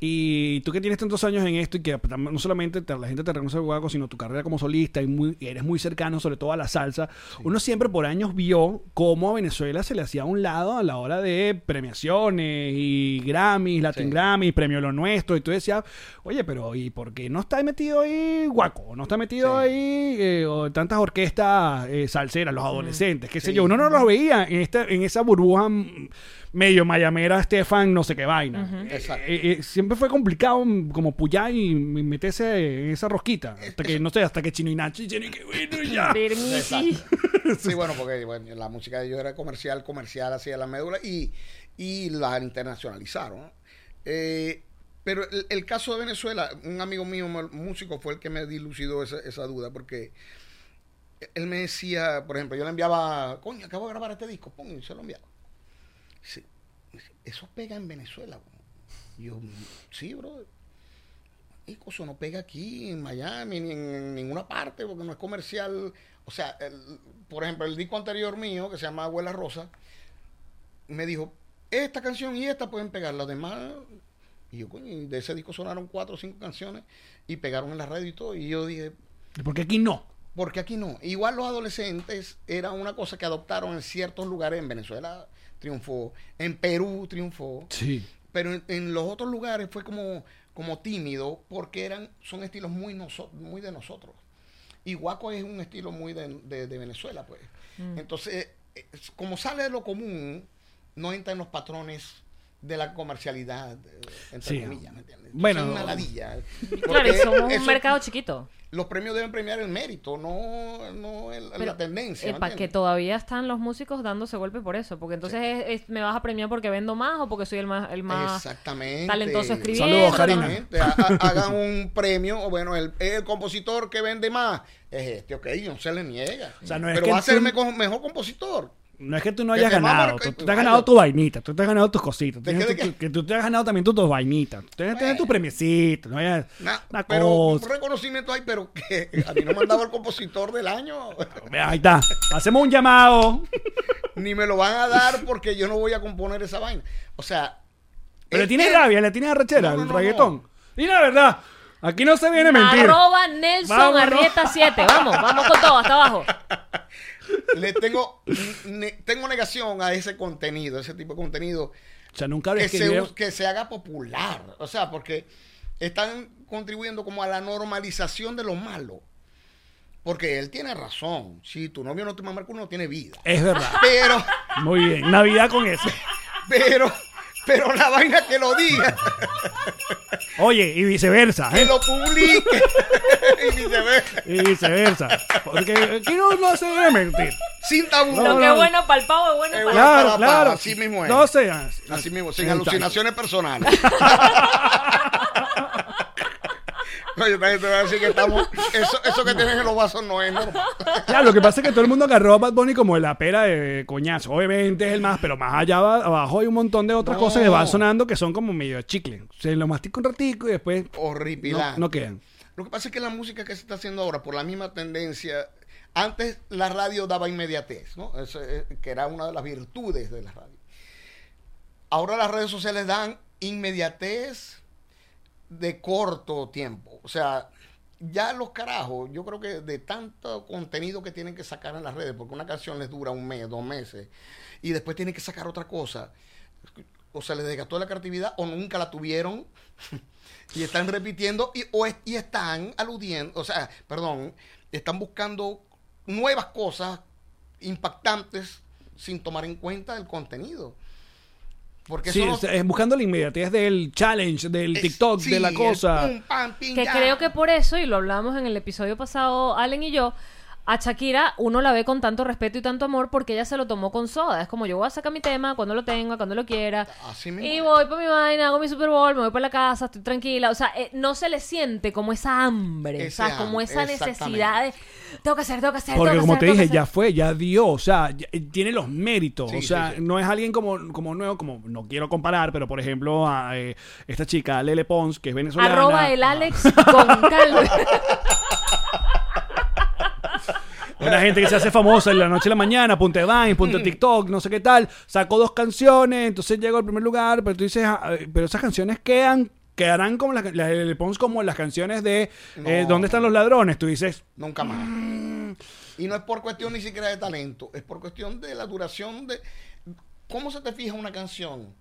Speaker 3: Y tú que tienes tantos años en esto y que tam- no solamente te- la gente te reconoce el guaco, sino tu carrera como solista y, muy, y eres muy cercano, sobre todo a la salsa, uno siempre por años vio cómo a Venezuela se le hacía a un lado a la hora de premiaciones y Grammys, Latin
Speaker 5: Sí.
Speaker 3: Grammy Grammy, premio lo nuestro, y tú decías, oye, pero ¿y por qué no está metido ahí Guaco? ¿No está metido
Speaker 5: Sí.
Speaker 3: ahí eh, o tantas orquestas eh, salseras, los adolescentes, qué sé yo? Uno no los veía en, esta, en esa burbuja mm, medio mayamera, Stefan, no sé qué vaina. Eh,
Speaker 5: Exacto.
Speaker 3: eh, eh, siempre fue complicado mm, como puyar y meterse en esa rosquita. Hasta que, no sé, hasta que Chino y Nacho hicieron que bueno ya.
Speaker 4: Permisi.
Speaker 5: Sí, bueno, porque bueno, la música de ellos era comercial, comercial, hacia la médula y, y la internacionalizaron. ¿no? Eh, pero el, el caso de Venezuela, un amigo mío, mu- músico, fue el que me dilucidó esa, esa duda, porque él me decía, por ejemplo, yo le enviaba, coño, acabo de grabar este disco, pon, y se lo enviaba. Dice, dice, eso pega en Venezuela. bro". Y Yo, sí, bro. Y eso no pega aquí, en Miami, ni en, en ninguna parte, porque no es comercial. O sea, el- por ejemplo, el disco anterior mío, que se llama Abuela Rosa, me dijo, esta canción y esta pueden pegar, las demás... Y yo, coño, y de ese disco sonaron cuatro o cinco canciones y pegaron en la radio y todo. Y yo dije,
Speaker 3: Porque aquí no.
Speaker 5: porque aquí no. Igual los adolescentes era una cosa que adoptaron en ciertos lugares. En Venezuela triunfó, en Perú triunfó,
Speaker 3: Sí.
Speaker 5: pero en, en los otros lugares fue como, como tímido porque eran, son estilos muy, noso- muy de nosotros. Y guaco es un estilo muy de, de- de Venezuela, pues.
Speaker 4: Mm.
Speaker 5: Entonces, eh, es- como sale de lo común, no entra en los patrones de la comercialidad, eh, entre
Speaker 3: Sí.
Speaker 5: comillas, ¿me entiendes?
Speaker 3: Bueno.
Speaker 5: Es una ladilla. eh,
Speaker 4: Claro, y
Speaker 5: Porque
Speaker 4: somos un
Speaker 5: eso-
Speaker 4: mercado chiquito.
Speaker 5: los premios deben premiar el mérito, no, no el-
Speaker 4: Pero,
Speaker 5: la tendencia. ¿me
Speaker 4: para que
Speaker 5: entiendes?
Speaker 4: todavía están los músicos dándose golpe por eso. Porque entonces es- es- me vas a premiar porque vendo más o porque soy el más, el más
Speaker 5: Exactamente.
Speaker 4: talentoso escribiendo.
Speaker 3: Saludos, Karina.
Speaker 5: Exactamente. Ha- ha- Hagan un premio, o bueno, el, el compositor que vende más es este, ok, no se le niega.
Speaker 3: O sea, no es
Speaker 5: pero
Speaker 3: que
Speaker 5: va a ser
Speaker 3: tú-
Speaker 5: meco- mejor compositor.
Speaker 3: No es que tú no
Speaker 5: Que
Speaker 3: hayas
Speaker 5: te va a
Speaker 3: ganado,
Speaker 5: marcar-
Speaker 3: tú, tú te has ganado
Speaker 5: Vaya.
Speaker 3: tu vainita, tú te has ganado tus cositas, tú
Speaker 5: ¿De qué,
Speaker 3: tienes
Speaker 5: de
Speaker 3: tu-
Speaker 5: qué?
Speaker 3: que tú te has ganado también tus dos vainitas, tú tienes, tienes tu premiecito, no hayas
Speaker 5: Na-
Speaker 3: una
Speaker 5: pero un
Speaker 3: cosa.
Speaker 5: reconocimiento hay, pero que a mí no me han dado el compositor del año.
Speaker 3: Ahí está, hacemos un llamado,
Speaker 5: Ni me lo van a dar porque yo no voy a componer esa vaina. O sea.
Speaker 3: pero le
Speaker 5: es
Speaker 3: tienes
Speaker 5: que-
Speaker 3: rabia, le tienes arrechera,
Speaker 5: No, no,
Speaker 3: el
Speaker 5: no,
Speaker 3: reggaetón. Y la verdad, aquí no se viene a mentir.
Speaker 4: Arroba Nelson
Speaker 3: Vámonos.
Speaker 4: Arrieta 7. Vamos, vamos con todo, hasta abajo.
Speaker 5: le tengo, ne- tengo negación a ese contenido, a ese tipo de contenido
Speaker 3: O sea, nunca había
Speaker 5: que se,
Speaker 3: escribido-
Speaker 5: us- que se haga popular. O sea, porque están contribuyendo como a la normalización de lo malo. Porque él tiene razón. Si tu novio no te mama el culo, no tiene vida.
Speaker 3: Es verdad.
Speaker 5: Pero,
Speaker 3: Muy bien, Navidad con eso.
Speaker 5: pero, pero la vaina que lo diga,
Speaker 3: Oye, y viceversa,
Speaker 5: que
Speaker 3: ¿eh?
Speaker 5: lo publique. y viceversa.
Speaker 3: Y viceversa. Porque aquí no, no se viene a mentir.
Speaker 5: Sin tabú.
Speaker 3: No,
Speaker 4: Lo que es bueno para el pavo es bueno para
Speaker 5: Eh, bueno.
Speaker 3: Claro,
Speaker 5: pa, pa,
Speaker 3: claro.
Speaker 5: así mismo es.
Speaker 3: No seas.
Speaker 5: Así mismo, sin
Speaker 3: Exacto.
Speaker 5: alucinaciones personales. Oye, también te voy a decir que estamos. Eso, eso que tienes en los vasos no es normal.
Speaker 3: Claro, lo que pasa es que todo el mundo agarró a Bad Bunny como de la pera de coñazo. Obviamente es el más, pero más allá va- abajo hay un montón de otras
Speaker 5: No.
Speaker 3: cosas que van sonando que son como medio chicle. Se lo mastica un ratico y después
Speaker 5: Oh,
Speaker 3: no,
Speaker 5: Horripilante.
Speaker 3: no quedan.
Speaker 5: Lo que pasa es que la música que se está haciendo ahora, por la misma tendencia, antes la radio daba inmediatez, ¿no? Eso, eh, que era una de las virtudes de la radio. Ahora las redes sociales dan inmediatez de corto tiempo. O sea, ya los carajos, yo creo que de tanto contenido que tienen que sacar en las redes, porque una canción les dura un mes, dos meses, y después tienen que sacar otra cosa. O se les desgastó la creatividad o nunca la tuvieron y están repitiendo y, o es- y están aludiendo, o sea, perdón, están buscando nuevas cosas impactantes sin tomar en cuenta el contenido. Porque
Speaker 3: Sí,
Speaker 5: eso no-
Speaker 3: es- es buscando la inmediatez del challenge, del
Speaker 5: es-
Speaker 3: TikTok,
Speaker 5: sí,
Speaker 3: de la
Speaker 5: el
Speaker 3: cosa.
Speaker 5: pum, pam, pim,
Speaker 4: Que
Speaker 5: ya.
Speaker 4: creo que por eso, y lo hablamos en el episodio pasado, Allen y yo, a Shakira uno la ve con tanto respeto y tanto amor porque ella se lo tomó con soda. Es como yo voy a sacar mi tema cuando lo tenga, cuando lo quiera.
Speaker 5: Así mismo
Speaker 4: y
Speaker 5: es.
Speaker 4: voy por mi vaina, hago mi Super Bowl, me voy para la casa, estoy tranquila. O sea, eh, no se le siente como esa hambre,
Speaker 5: Ese
Speaker 4: o sea, como
Speaker 5: hambre,
Speaker 4: esa necesidad de tengo que hacer, tengo que hacer.
Speaker 3: Porque
Speaker 4: tengo que
Speaker 3: como
Speaker 4: hacer,
Speaker 3: te
Speaker 4: tengo que
Speaker 3: dije,
Speaker 4: hacer".
Speaker 3: ya fue, ya dio, o sea, ya- eh, tiene los méritos,
Speaker 5: Sí,
Speaker 3: o
Speaker 5: sí,
Speaker 3: sea,
Speaker 5: sí.
Speaker 3: no es alguien como, como nuevo, como no quiero comparar, pero por ejemplo a eh, esta chica Lele Pons, que es venezolana.
Speaker 4: Arroba el Alex con calma.
Speaker 3: Una gente que se hace famosa en la noche y la mañana, punta de Vine, punta de TikTok, no sé qué tal, sacó dos canciones, entonces llegó al primer lugar, pero tú dices, ah, eh, pero esas canciones quedan, quedarán como las, las Lele Pons como las canciones de eh,
Speaker 5: No.
Speaker 3: ¿Dónde están los ladrones? Tú dices,
Speaker 5: Nunca más. Y no es por cuestión ni siquiera de talento, es por cuestión de la duración de... ¿Cómo se te fija una canción?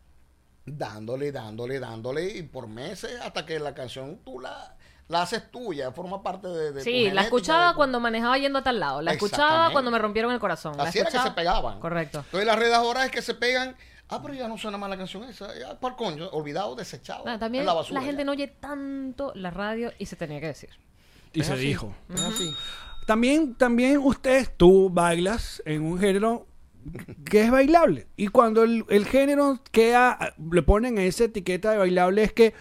Speaker 5: Dándole, dándole, dándole y por meses hasta que la canción tú la, la haces tuya, forma parte de... de tu
Speaker 4: Sí,
Speaker 5: genética,
Speaker 4: la
Speaker 5: de
Speaker 4: escuchaba
Speaker 5: tu-
Speaker 4: cuando manejaba yendo a tal lado, la escuchaba
Speaker 5: Exactamente.
Speaker 4: cuando me rompieron el corazón. la
Speaker 5: Así era que
Speaker 4: escuchaba-
Speaker 5: se pegaban.
Speaker 4: Correcto.
Speaker 5: Entonces las redes ahora es que se pegan... Ah, pero ya no suena más la canción esa. Ya, por coño, olvidado, desechado.
Speaker 4: Bueno, también
Speaker 5: en
Speaker 4: la,
Speaker 5: la, basura,
Speaker 4: gente
Speaker 5: ya.
Speaker 4: no oye tanto la radio y se tenía que decir.
Speaker 3: y
Speaker 5: Es
Speaker 3: se
Speaker 5: así,
Speaker 3: dijo.
Speaker 5: Es así.
Speaker 3: También, también ustedes, tú bailas en un género que es bailable. Y cuando el, el género queda, le ponen esa etiqueta de bailable es que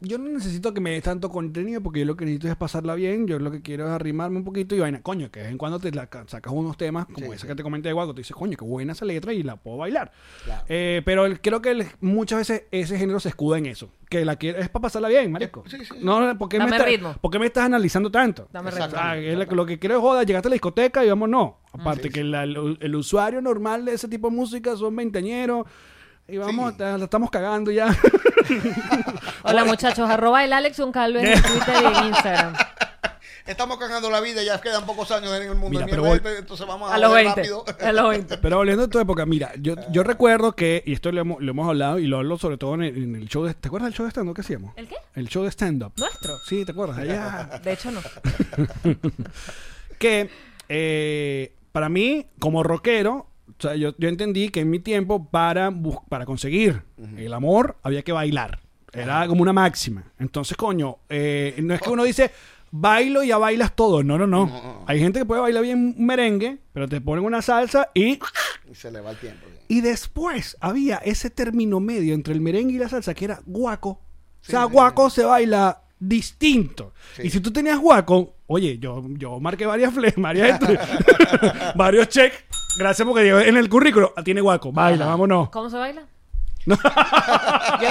Speaker 3: yo no necesito que me des tanto contenido porque yo lo que necesito es pasarla bien. Yo lo que quiero es arrimarme un poquito y vaina. Coño, que de vez en cuando te la ca- sacas unos temas como ese que te comenté de Guaco. Te dices, coño, qué buena esa letra y la puedo bailar.
Speaker 5: Claro.
Speaker 3: Eh, pero el- creo que el- muchas veces ese género se escuda en eso. Que la quiere, es para pasarla bien, marico.
Speaker 5: Sí, sí.
Speaker 3: No, no, ¿por qué, me
Speaker 4: Dame
Speaker 3: está-
Speaker 4: ritmo.
Speaker 3: ¿por qué me estás analizando tanto?
Speaker 4: Dame
Speaker 3: O sea,
Speaker 5: Exactamente.
Speaker 3: Ah, es lo que- lo que quiero es joda, llegaste a la discoteca y vamos, no. Aparte
Speaker 5: Sí,
Speaker 3: que la- el, el usuario normal de ese tipo de música son veinteañeros y vamos,
Speaker 5: Sí.
Speaker 3: ta- la estamos cagando ya.
Speaker 4: Hola muchachos, arroba el Alex Goncalves en Twitter y en Instagram.
Speaker 5: Estamos cagando la vida, ya quedan pocos años en el mundo.
Speaker 3: Mira,
Speaker 5: de
Speaker 3: pero
Speaker 5: mierda,
Speaker 3: voy-
Speaker 5: Entonces vamos a,
Speaker 4: A los
Speaker 5: joder
Speaker 4: 20.
Speaker 5: rápido.
Speaker 4: A los 20.
Speaker 3: Pero volviendo a tu época, mira, yo, yo
Speaker 5: Ah.
Speaker 3: recuerdo que, y esto lo hemos, lo hemos hablado y lo hablo sobre todo en el, en el show de... ¿Te acuerdas del show de stand-up que hacíamos?
Speaker 4: ¿El qué?
Speaker 3: El show de stand-up.
Speaker 4: ¿Nuestro?
Speaker 3: Sí, ¿te acuerdas? Allá.
Speaker 4: De hecho, no.
Speaker 3: que eh, para mí, como rockero, o sea, yo, yo entendí que en mi tiempo para, bus- para conseguir el amor había que bailar. Era como una máxima. Entonces, coño, eh, no es que uno dice bailo y ya bailas todo. No, no, no. Hay gente que puede bailar bien un merengue, pero te ponen una salsa y...
Speaker 5: Y se le va el tiempo. sí.
Speaker 3: Y después había ese término medio entre el merengue y la salsa que era guaco. o
Speaker 5: Sí,
Speaker 3: sea,
Speaker 5: sí,
Speaker 3: guaco se baila distinto.
Speaker 5: Sí.
Speaker 3: Y si tú tenías guaco, oye, yo, yo marqué varias fle, varias este, varios check. Gracias porque llegó en el currículo. Ah, tiene guaco. Baila, vámonos.
Speaker 4: ¿Cómo se baila? Yo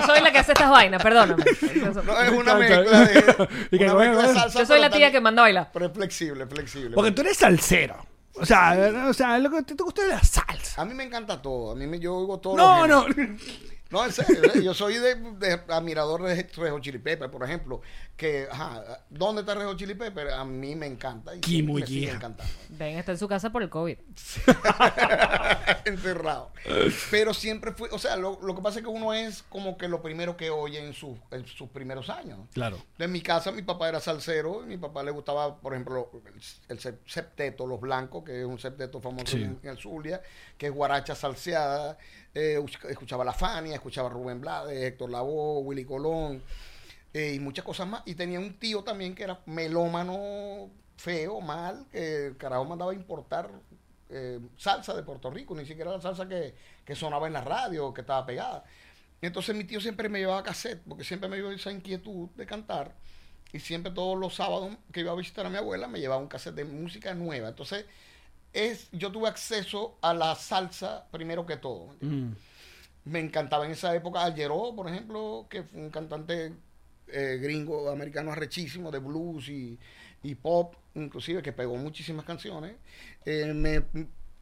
Speaker 4: soy la que hace estas vainas, perdóname.
Speaker 5: No, es una
Speaker 3: encanta.
Speaker 5: mezcla de.
Speaker 3: Y que
Speaker 5: una
Speaker 3: comer,
Speaker 5: mezcla de
Speaker 3: comer.
Speaker 5: salsa,
Speaker 4: Yo soy la tía
Speaker 5: pero también-
Speaker 4: que manda a bailar.
Speaker 5: Pero es flexible, flexible.
Speaker 3: Porque tú eres salsero. O sea, eh, o sea, lo que te gusta es la salsa.
Speaker 5: A mí me encanta todo. A mí me, yo oigo todo.
Speaker 3: No, no.
Speaker 5: No, en serio. eh, Yo soy de, de admirador de Rejo Chili Pepper, por ejemplo. Que, ajá, ¿dónde está Rejo Chili Pepper? A mí me encanta. Y
Speaker 3: Qué
Speaker 5: siempre me
Speaker 3: molleja.
Speaker 5: sigue encantando.
Speaker 4: Ven, está en su casa por el COVID.
Speaker 5: Encerrado. Pero siempre fui. O sea, lo, lo que pasa es que uno es como que lo primero que oye en, sus- en sus primeros años.
Speaker 3: Claro.
Speaker 5: En mi casa mi papá era salsero y mi papá le gustaba, por ejemplo, el, el sep- septeto, los blancos, que es un septeto famoso
Speaker 3: Sí.
Speaker 5: en, en el Zulia, que es guaracha salseada. eh, us- escuchaba La Fania, escuchaba Rubén Blades, Héctor Lavoe, Willy Colón eh, y muchas cosas más. Y tenía un tío también que era melómano feo, mal, que el carajo mandaba importar eh, salsa de Puerto Rico, ni siquiera la salsa que, que sonaba en la radio, que estaba pegada. Entonces mi tío siempre me llevaba a cassette, porque siempre me dio esa inquietud de cantar. Y siempre todos los sábados que iba a visitar a mi abuela me llevaba un cassette de música nueva. Entonces es, yo tuve acceso a la salsa primero que todo. ¿me entiendes? me encantaba en esa época Ayero, por ejemplo, que fue un cantante eh, gringo americano arrechísimo de blues y, y pop, inclusive, que pegó muchísimas canciones. Eh, me,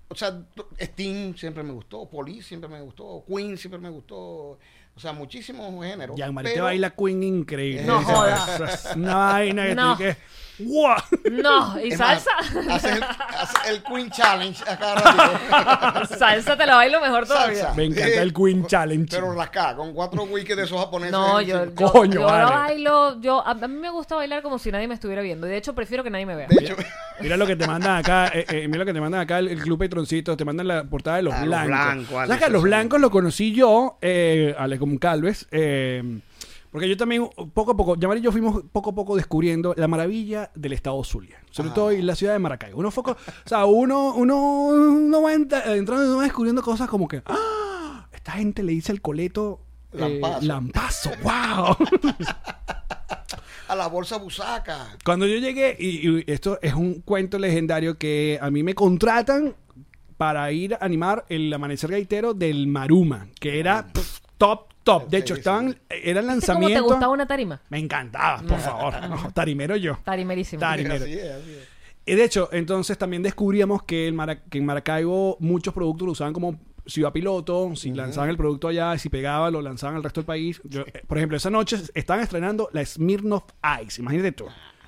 Speaker 5: o sea, Steam siempre me gustó, Police siempre me gustó, Queen siempre me gustó, o sea, muchísimos géneros.
Speaker 3: Jean-Marie te
Speaker 5: pero-
Speaker 3: baila Queen increíble.
Speaker 5: No
Speaker 3: Esa-
Speaker 4: joda.
Speaker 3: esa es Una vaina que
Speaker 4: No.
Speaker 3: tú dices, ¡guau!
Speaker 4: No, ¿y
Speaker 5: Es más,
Speaker 4: salsa?
Speaker 5: hace el, hace el Queen Challenge a cada ratito.
Speaker 4: salsa te la bailo mejor todavía.
Speaker 5: Salsa. Eh,
Speaker 3: Me encanta el Queen Challenge.
Speaker 5: Pero rascada, con cuatro wikis de esos japoneses.
Speaker 4: No,
Speaker 5: encima.
Speaker 4: yo, yo,
Speaker 3: Coño,
Speaker 4: yo
Speaker 3: vale.
Speaker 4: no bailo, yo, a, a mí me gusta bailar como si nadie me estuviera viendo. De hecho, prefiero que nadie me vea.
Speaker 5: De hecho,
Speaker 3: Mira lo que te mandan acá, eh, eh, mira lo que te mandan acá el, el Club Petroncito, te mandan la portada de los
Speaker 5: Ah, los
Speaker 3: blancos.
Speaker 5: blancos, Alex,
Speaker 3: ¿Sabes que a los
Speaker 5: eso.
Speaker 3: blancos lo conocí yo, eh, Alex Goncalves, eh, porque yo también poco a poco, Yamar y yo fuimos poco a poco descubriendo la maravilla del estado Zulia, sobre
Speaker 5: Ah.
Speaker 3: todo en la ciudad de Maracaibo. Uno foco, o sea, uno, uno, uno va ent- entrando y uno va descubriendo cosas como que, ¡ah! Esta gente le dice el coleto eh,
Speaker 5: Lampazo.
Speaker 3: lampazo, wow.
Speaker 5: a la bolsa busaca.
Speaker 3: Cuando yo llegué, y, y esto es un cuento legendario que a mí me contratan para ir a animar el amanecer gaitero del Maruma, que era pf, top, top. De
Speaker 5: Sí,
Speaker 3: hecho,
Speaker 5: sí. Mm.
Speaker 3: estaban, eh, eran
Speaker 4: ¿Viste cómo te
Speaker 3: lanzamientos.
Speaker 4: gustaba una tarima?
Speaker 3: Me encantaba, por favor. No, tarimero yo.
Speaker 4: Tarimerísimo.
Speaker 3: Tarimero.
Speaker 5: Así es, así es.
Speaker 3: Y de hecho, entonces también descubríamos que, el Mara- que en Maracaibo muchos productos lo usaban como ciudad piloto, si lanzaban el producto allá, si pegaba, lo lanzaban al resto del país. Yo, eh, por ejemplo, esa noche estaban estrenando la Smirnoff Ice, imagínate tú.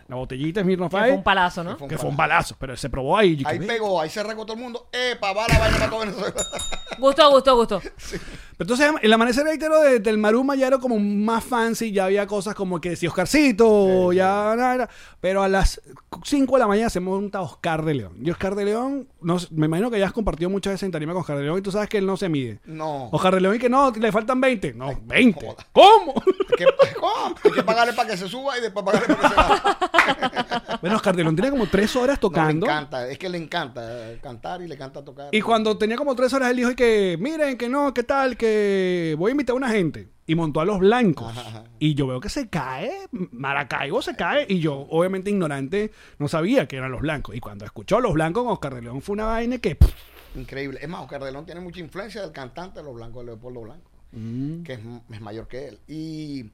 Speaker 3: La botellita Smirnoff
Speaker 4: Que
Speaker 3: Ice.
Speaker 4: fue un palazo, ¿no?
Speaker 3: Que fue un balazo, pero se probó ahí. y que,
Speaker 5: Ahí
Speaker 3: "Ve".
Speaker 5: pegó, ahí se arrancó todo el mundo. ¡Epa, va la vaina para todo Venezuela!
Speaker 4: Gusto, gusto, gusto.
Speaker 3: Pero entonces el amanecer gaitero de- del Maruma ya era como más fancy, ya había cosas como que decía Oscarcito, ya nada. Pero a las 5 de la mañana se monta Oscar de León. Y Oscar de León, no, sé, me imagino que ya has compartido muchas veces en tarima con Oscar de León y tú sabes que él no se mide.
Speaker 5: No.
Speaker 3: Oscar de León y que no, le faltan 20. No, 20. ¿Cómo?
Speaker 5: Hay que, ¿Cómo? Hay que pagarle para que se suba y después pagarle para que se baje.
Speaker 3: bueno, Oscar de León tiene como 3 horas
Speaker 5: No, le
Speaker 3: tocando.
Speaker 5: encanta, es que le encanta eh, cantar y le encanta tocar.
Speaker 3: Y cuando tenía como tres horas, él dijo y que, miren, que no, qué tal, que voy a invitar a una gente. y montó a los blancos. Y yo veo que se cae, Maracaibo se cae, y yo, obviamente ignorante, no sabía que eran los blancos. Y cuando escuchó a los blancos con Oscar de León fue una vaina que... pff,
Speaker 5: Increíble. Es más, Oscar de León tiene mucha influencia del cantante de los blancos, de Leopoldo Blanco, que es, m- es mayor que él. Y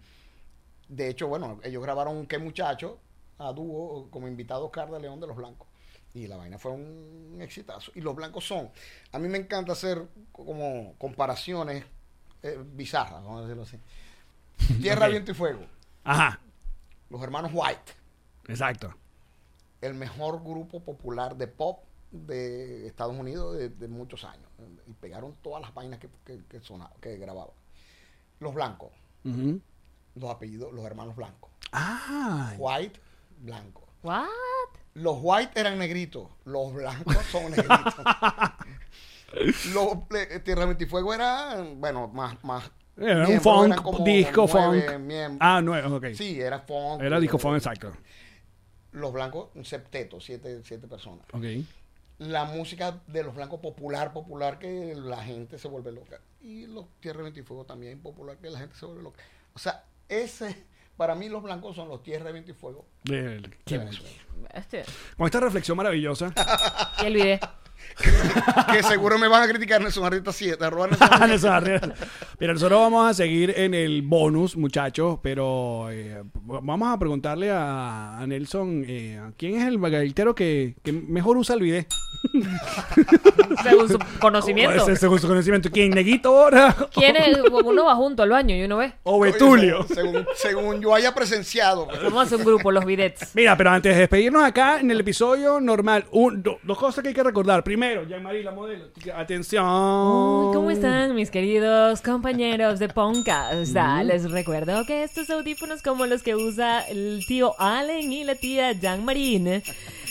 Speaker 5: de hecho, bueno, ellos grabaron Qué Muchacho a dúo como invitado a Oscar de León de los Blancos. Y la vaina fue un exitazo. Y los blancos son. A mí me encanta hacer como comparaciones eh, bizarras, vamos a decirlo así. Tierra, viento y fuego.
Speaker 3: Ajá,
Speaker 5: Los hermanos White.
Speaker 3: exacto.
Speaker 5: el mejor grupo popular de pop de Estados Unidos de, de muchos años. Y pegaron todas las vainas que, que, que sonaba- que grababa. Los blancos,
Speaker 3: Ujú.
Speaker 5: los apellidos, los hermanos blancos.
Speaker 3: Ah,
Speaker 5: White, blanco.
Speaker 4: ¿What?
Speaker 5: Los white eran negritos, los blancos son negritos. los eh, Tierra Viento y Fuego era, bueno, más... más
Speaker 3: era un
Speaker 5: miembros, eran
Speaker 3: funk,
Speaker 5: como
Speaker 3: disco
Speaker 5: nueve
Speaker 3: funk.
Speaker 5: miembros.
Speaker 3: Ah, no, ok.
Speaker 5: Sí, era funk.
Speaker 3: Era disco
Speaker 5: eh,
Speaker 3: funk, exacto.
Speaker 5: Los blancos, un septeto, siete, siete personas.
Speaker 3: Ok.
Speaker 5: la música de los blancos popular, popular, que la gente se vuelve loca. Y los Tierra Viento y Fuego también popular, que la gente se vuelve loca. O sea, ese, para mí los blancos son los Tierra Viento y Fuego.
Speaker 3: Del- qué
Speaker 5: de
Speaker 3: bonito.
Speaker 5: Venezuela.
Speaker 4: Este.
Speaker 3: Con esta reflexión maravillosa.
Speaker 4: Y el video.
Speaker 5: que seguro me van a criticar Nelson Arrieta 7, arroba Nelson Arrieta.
Speaker 3: Dale, Sarri. Mira, nosotros vamos a seguir en el bonus, muchachos, pero eh, vamos a preguntarle a, a Nelson eh, quién es el bagaitero que, que mejor usa el video.
Speaker 4: Según su conocimiento.
Speaker 3: Ese- Según su conocimiento. ¿Quién? ¿Neguito ahora?
Speaker 4: ¿Quién es? Uno va junto al baño y uno ve.
Speaker 3: ¿O
Speaker 5: Oye,
Speaker 3: Betulio?
Speaker 5: Según, según- según yo haya presenciado.
Speaker 4: Vamos a hacer un grupo, los bidets.
Speaker 3: Mira, pero antes de despedirnos acá en el episodio normal, un- do- dos cosas que hay que recordar. Primero, Jean-Marie, la modelo. Atención.
Speaker 4: Uy, ¿Cómo están mis queridos compañeros de Poncast? Ah, Les recuerdo que estos audífonos como los que usa el tío Allen y la tía Jean Marín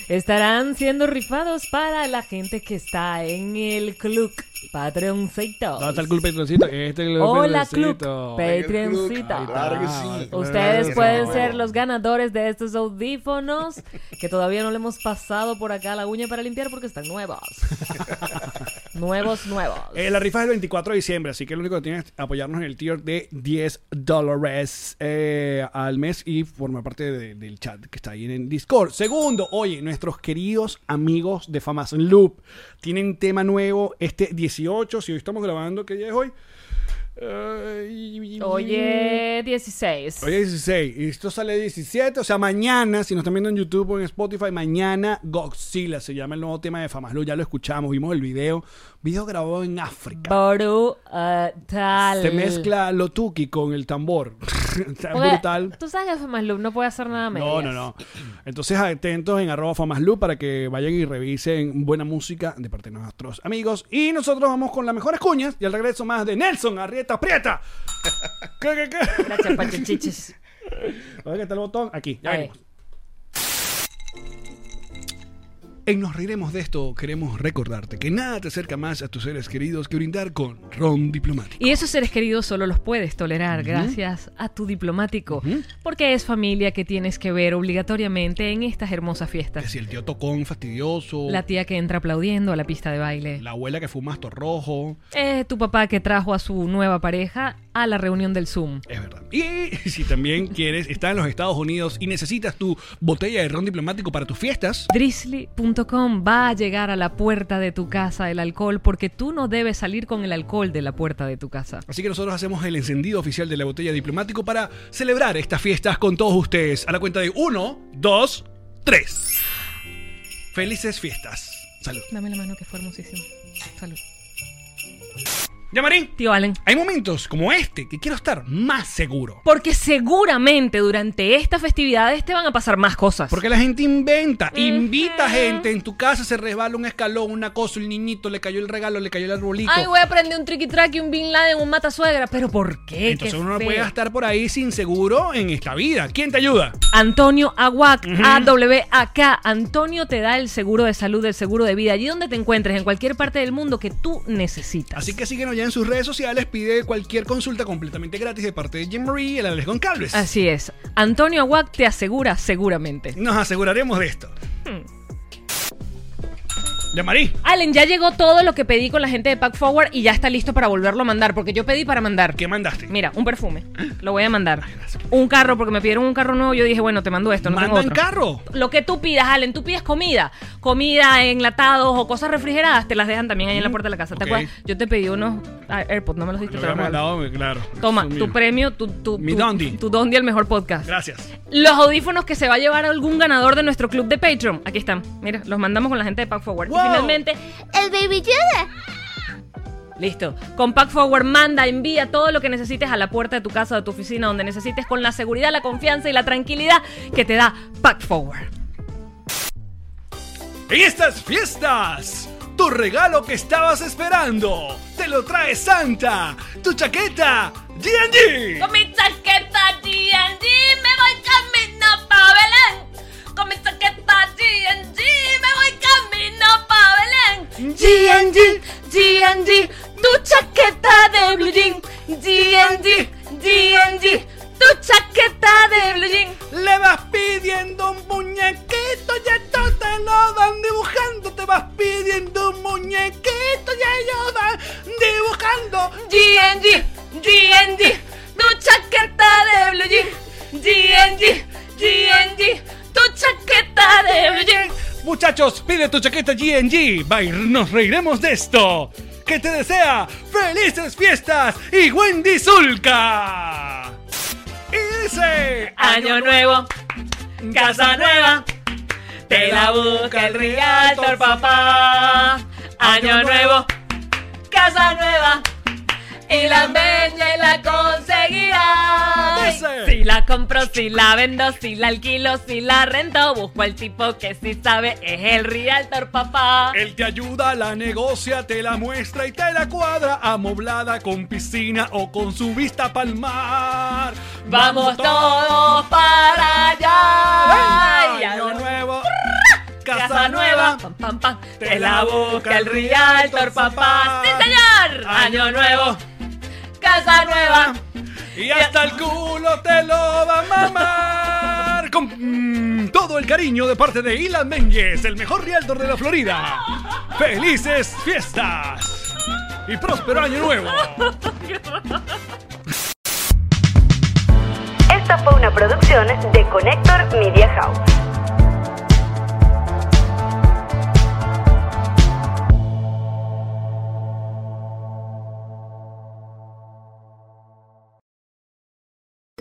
Speaker 4: estarán siendo rifados para la gente que está en el club Patreoncito.
Speaker 3: ¿Dónde está el club Petroncito? Este es el club
Speaker 4: Hola club
Speaker 3: Petroncito.
Speaker 4: Patreoncita.
Speaker 5: Claro que sí.
Speaker 4: Ustedes
Speaker 3: Eso.
Speaker 4: pueden ser los ganadores de estos audífonos que todavía no le hemos pasado por acá la uña para limpiar porque están nuevos. nuevos, nuevos.
Speaker 3: Eh, la rifa es el 24 de diciembre, así que lo único que tienes es apoyarnos en el tier de 10 dólares eh, al mes y formar parte de- del chat que está ahí en Discord. Segundo, oye, nuestros queridos amigos de Famas Loop tienen tema nuevo este 18, si hoy estamos grabando, ¿qué día es hoy? Eh,
Speaker 4: Oye, 16.
Speaker 3: Hoy es 16 y esto sale 17, o sea, mañana, si nos están viendo en YouTube o en Spotify, mañana Godzilla se llama el nuevo tema de Famas Loop, ya lo escuchamos, vimos el video, video grabado en África.
Speaker 4: Brutal.
Speaker 3: Se mezcla lo tuki con el tambor. Está
Speaker 4: Porque
Speaker 3: brutal.
Speaker 4: Tú sabes que Famas Loop no puede hacer nada a medias.
Speaker 3: No, no, no. Entonces, atentos en arroba famaslu para que vayan y revisen buena música de parte de nuestros amigos. Y nosotros vamos con las mejores cuñas y al regreso más de Nelson Arrieta Prieta. ¿Qué, qué, qué?
Speaker 4: Gracias, pachichichis.
Speaker 3: ¿Dónde está el botón? Aquí, ya
Speaker 4: Ahí.
Speaker 3: venimos. En Nos Reiremos de Esto queremos recordarte que nada te acerca más a tus seres queridos que brindar con Ron Diplomático.
Speaker 4: Y esos seres queridos solo los puedes tolerar gracias a tu diplomático, porque es familia que tienes que ver obligatoriamente en estas hermosas
Speaker 3: Que
Speaker 4: fiestas.
Speaker 3: si el tío tocón fastidioso.
Speaker 4: La tía que entra aplaudiendo a la pista de baile.
Speaker 3: La abuela que fuma esto rojo.
Speaker 4: Eh, tu papá que trajo a su nueva pareja a la reunión del Zoom.
Speaker 3: Es verdad. Y si también quieres, está en los Estados Unidos y necesitas tu botella de ron diplomático para tus fiestas.
Speaker 4: Drizzly.com va a llegar a la puerta de tu casa el alcohol porque tú no debes salir con el alcohol de la puerta de tu casa.
Speaker 3: Así que nosotros hacemos el encendido oficial de la botella diplomático para celebrar estas fiestas con todos ustedes. A la cuenta de 1, 2, 3. Felices fiestas. Salud.
Speaker 4: Dame la mano que fue hermosísimo. Salud.
Speaker 3: Yamarín,
Speaker 4: Tío Allen.
Speaker 3: hay momentos como este que quiero estar más seguro.
Speaker 4: Porque seguramente durante estas festividades te van a pasar más cosas.
Speaker 3: Porque la gente inventa, invita gente, en tu casa se resbala un escalón, una cosa, el niñito le cayó el regalo, le cayó el arbolito.
Speaker 4: Ay, voy a prender un tricky tracky, un Bin Laden, un matasuegra. ¿Pero por qué?
Speaker 3: Entonces
Speaker 4: Qué
Speaker 3: uno no
Speaker 4: feo.
Speaker 3: puede gastar por ahí sin seguro en esta vida. ¿Quién te ayuda?
Speaker 4: Antonio Aguac, AWAK. Antonio te da el seguro de salud, el seguro de vida, allí donde te encuentres, en cualquier parte del mundo que tú necesitas.
Speaker 3: Así que síguenos ya en sus redes sociales, pide cualquier consulta completamente gratis de parte de Jim Marie y el Alex Goncalves.
Speaker 4: Así es. Antonio Aguac te asegura seguramente. Hmm.
Speaker 3: Nos aseguraremos de esto. De Marí.
Speaker 4: Allen, ya llegó todo lo que pedí con la gente de Pack Forward y ya está listo para volverlo a mandar, porque yo pedí para mandar.
Speaker 3: ¿Qué mandaste?
Speaker 4: Mira, un perfume. Lo voy a mandar. Un carro, porque me pidieron un carro nuevo. Yo dije, bueno, te mando esto, no tengo
Speaker 3: Mandan
Speaker 4: otro.
Speaker 3: carro.
Speaker 4: Lo que tú pidas, Allen, tú pides comida. Comida, enlatados o cosas refrigeradas, te las dejan también ahí en la puerta de la casa. ¿Te
Speaker 3: Ok.
Speaker 4: acuerdas? Yo te pedí unos ah, AirPods, no me los diste.
Speaker 3: Lo
Speaker 4: te
Speaker 3: había
Speaker 4: los regalo.
Speaker 3: mandado, eh, claro.
Speaker 4: Toma,
Speaker 3: Eso
Speaker 4: tu
Speaker 3: mío.
Speaker 4: premio, tu, tu,
Speaker 3: Mi
Speaker 4: tu-
Speaker 3: Dondi.
Speaker 4: tu Dondi al mejor podcast.
Speaker 3: Gracias.
Speaker 4: Los audífonos que se va a llevar algún ganador de nuestro club de Patreon. Aquí están. Mira, los mandamos con la gente de Pack Forward.
Speaker 3: Wow.
Speaker 4: Y finalmente,
Speaker 6: El baby Yoda.
Speaker 4: listo. Con Pack Forward manda, envía todo lo que necesites a la puerta de tu casa, de tu oficina, donde necesites, con la seguridad, la confianza y la tranquilidad que te da Pack Forward.
Speaker 3: En estas fiestas, tu regalo que estabas esperando, te lo trae Santa, tu chaqueta, GG.
Speaker 4: Con mi chaqueta D&D me voy camino pa' Belén. Con mi chaqueta D&D me voy camino pa' Belén. D&D, D&D, tu chaqueta de blue jean. D&D, D&D, tu chaqueta de blue jean.
Speaker 3: Le vas pidiendo un muñequito y esto te lo van dibujando. Te vas pidiendo un muñequito y ellos van dibujando.
Speaker 4: D&D, D&D, tu chaqueta de blue jean. D&D, D&D, tu chaqueta de blue jean.
Speaker 3: Muchachos, pide tu chaqueta GNG. Bye, nos reiremos de esto. Que te desea felices fiestas y Wendy Zulka. Y dice:
Speaker 4: Año nuevo, casa nueva, te la busca el realtor, papá. Año nuevo, casa nueva, y la bella y la conseguirá.
Speaker 3: Dice.
Speaker 4: Si la compro, si la vendo, si la alquilo, si la rento, busco al tipo que sí sabe, es el realtor, papá.
Speaker 3: Él te ayuda, la negocia, te la muestra y te la cuadra. Amoblada con piscina o con su vista pa'l mar.
Speaker 4: Vamos todos para allá.
Speaker 3: Venga,
Speaker 4: Y a
Speaker 3: Año
Speaker 4: la
Speaker 3: nuevo,
Speaker 4: Casa nueva, pam, pam, pam, te la busca el
Speaker 3: Realtor,
Speaker 4: Realtor,
Speaker 3: papá.
Speaker 4: papá. ¡Sí, señor! Año nuevo, casa nueva.
Speaker 3: Y hasta el culo te lo va a mamar. Con mm, todo el cariño de parte de Ilan Menges, el mejor realtor de la Florida. ¡Felices fiestas! Y próspero año nuevo.
Speaker 1: Esta fue una producción de Connector Media House.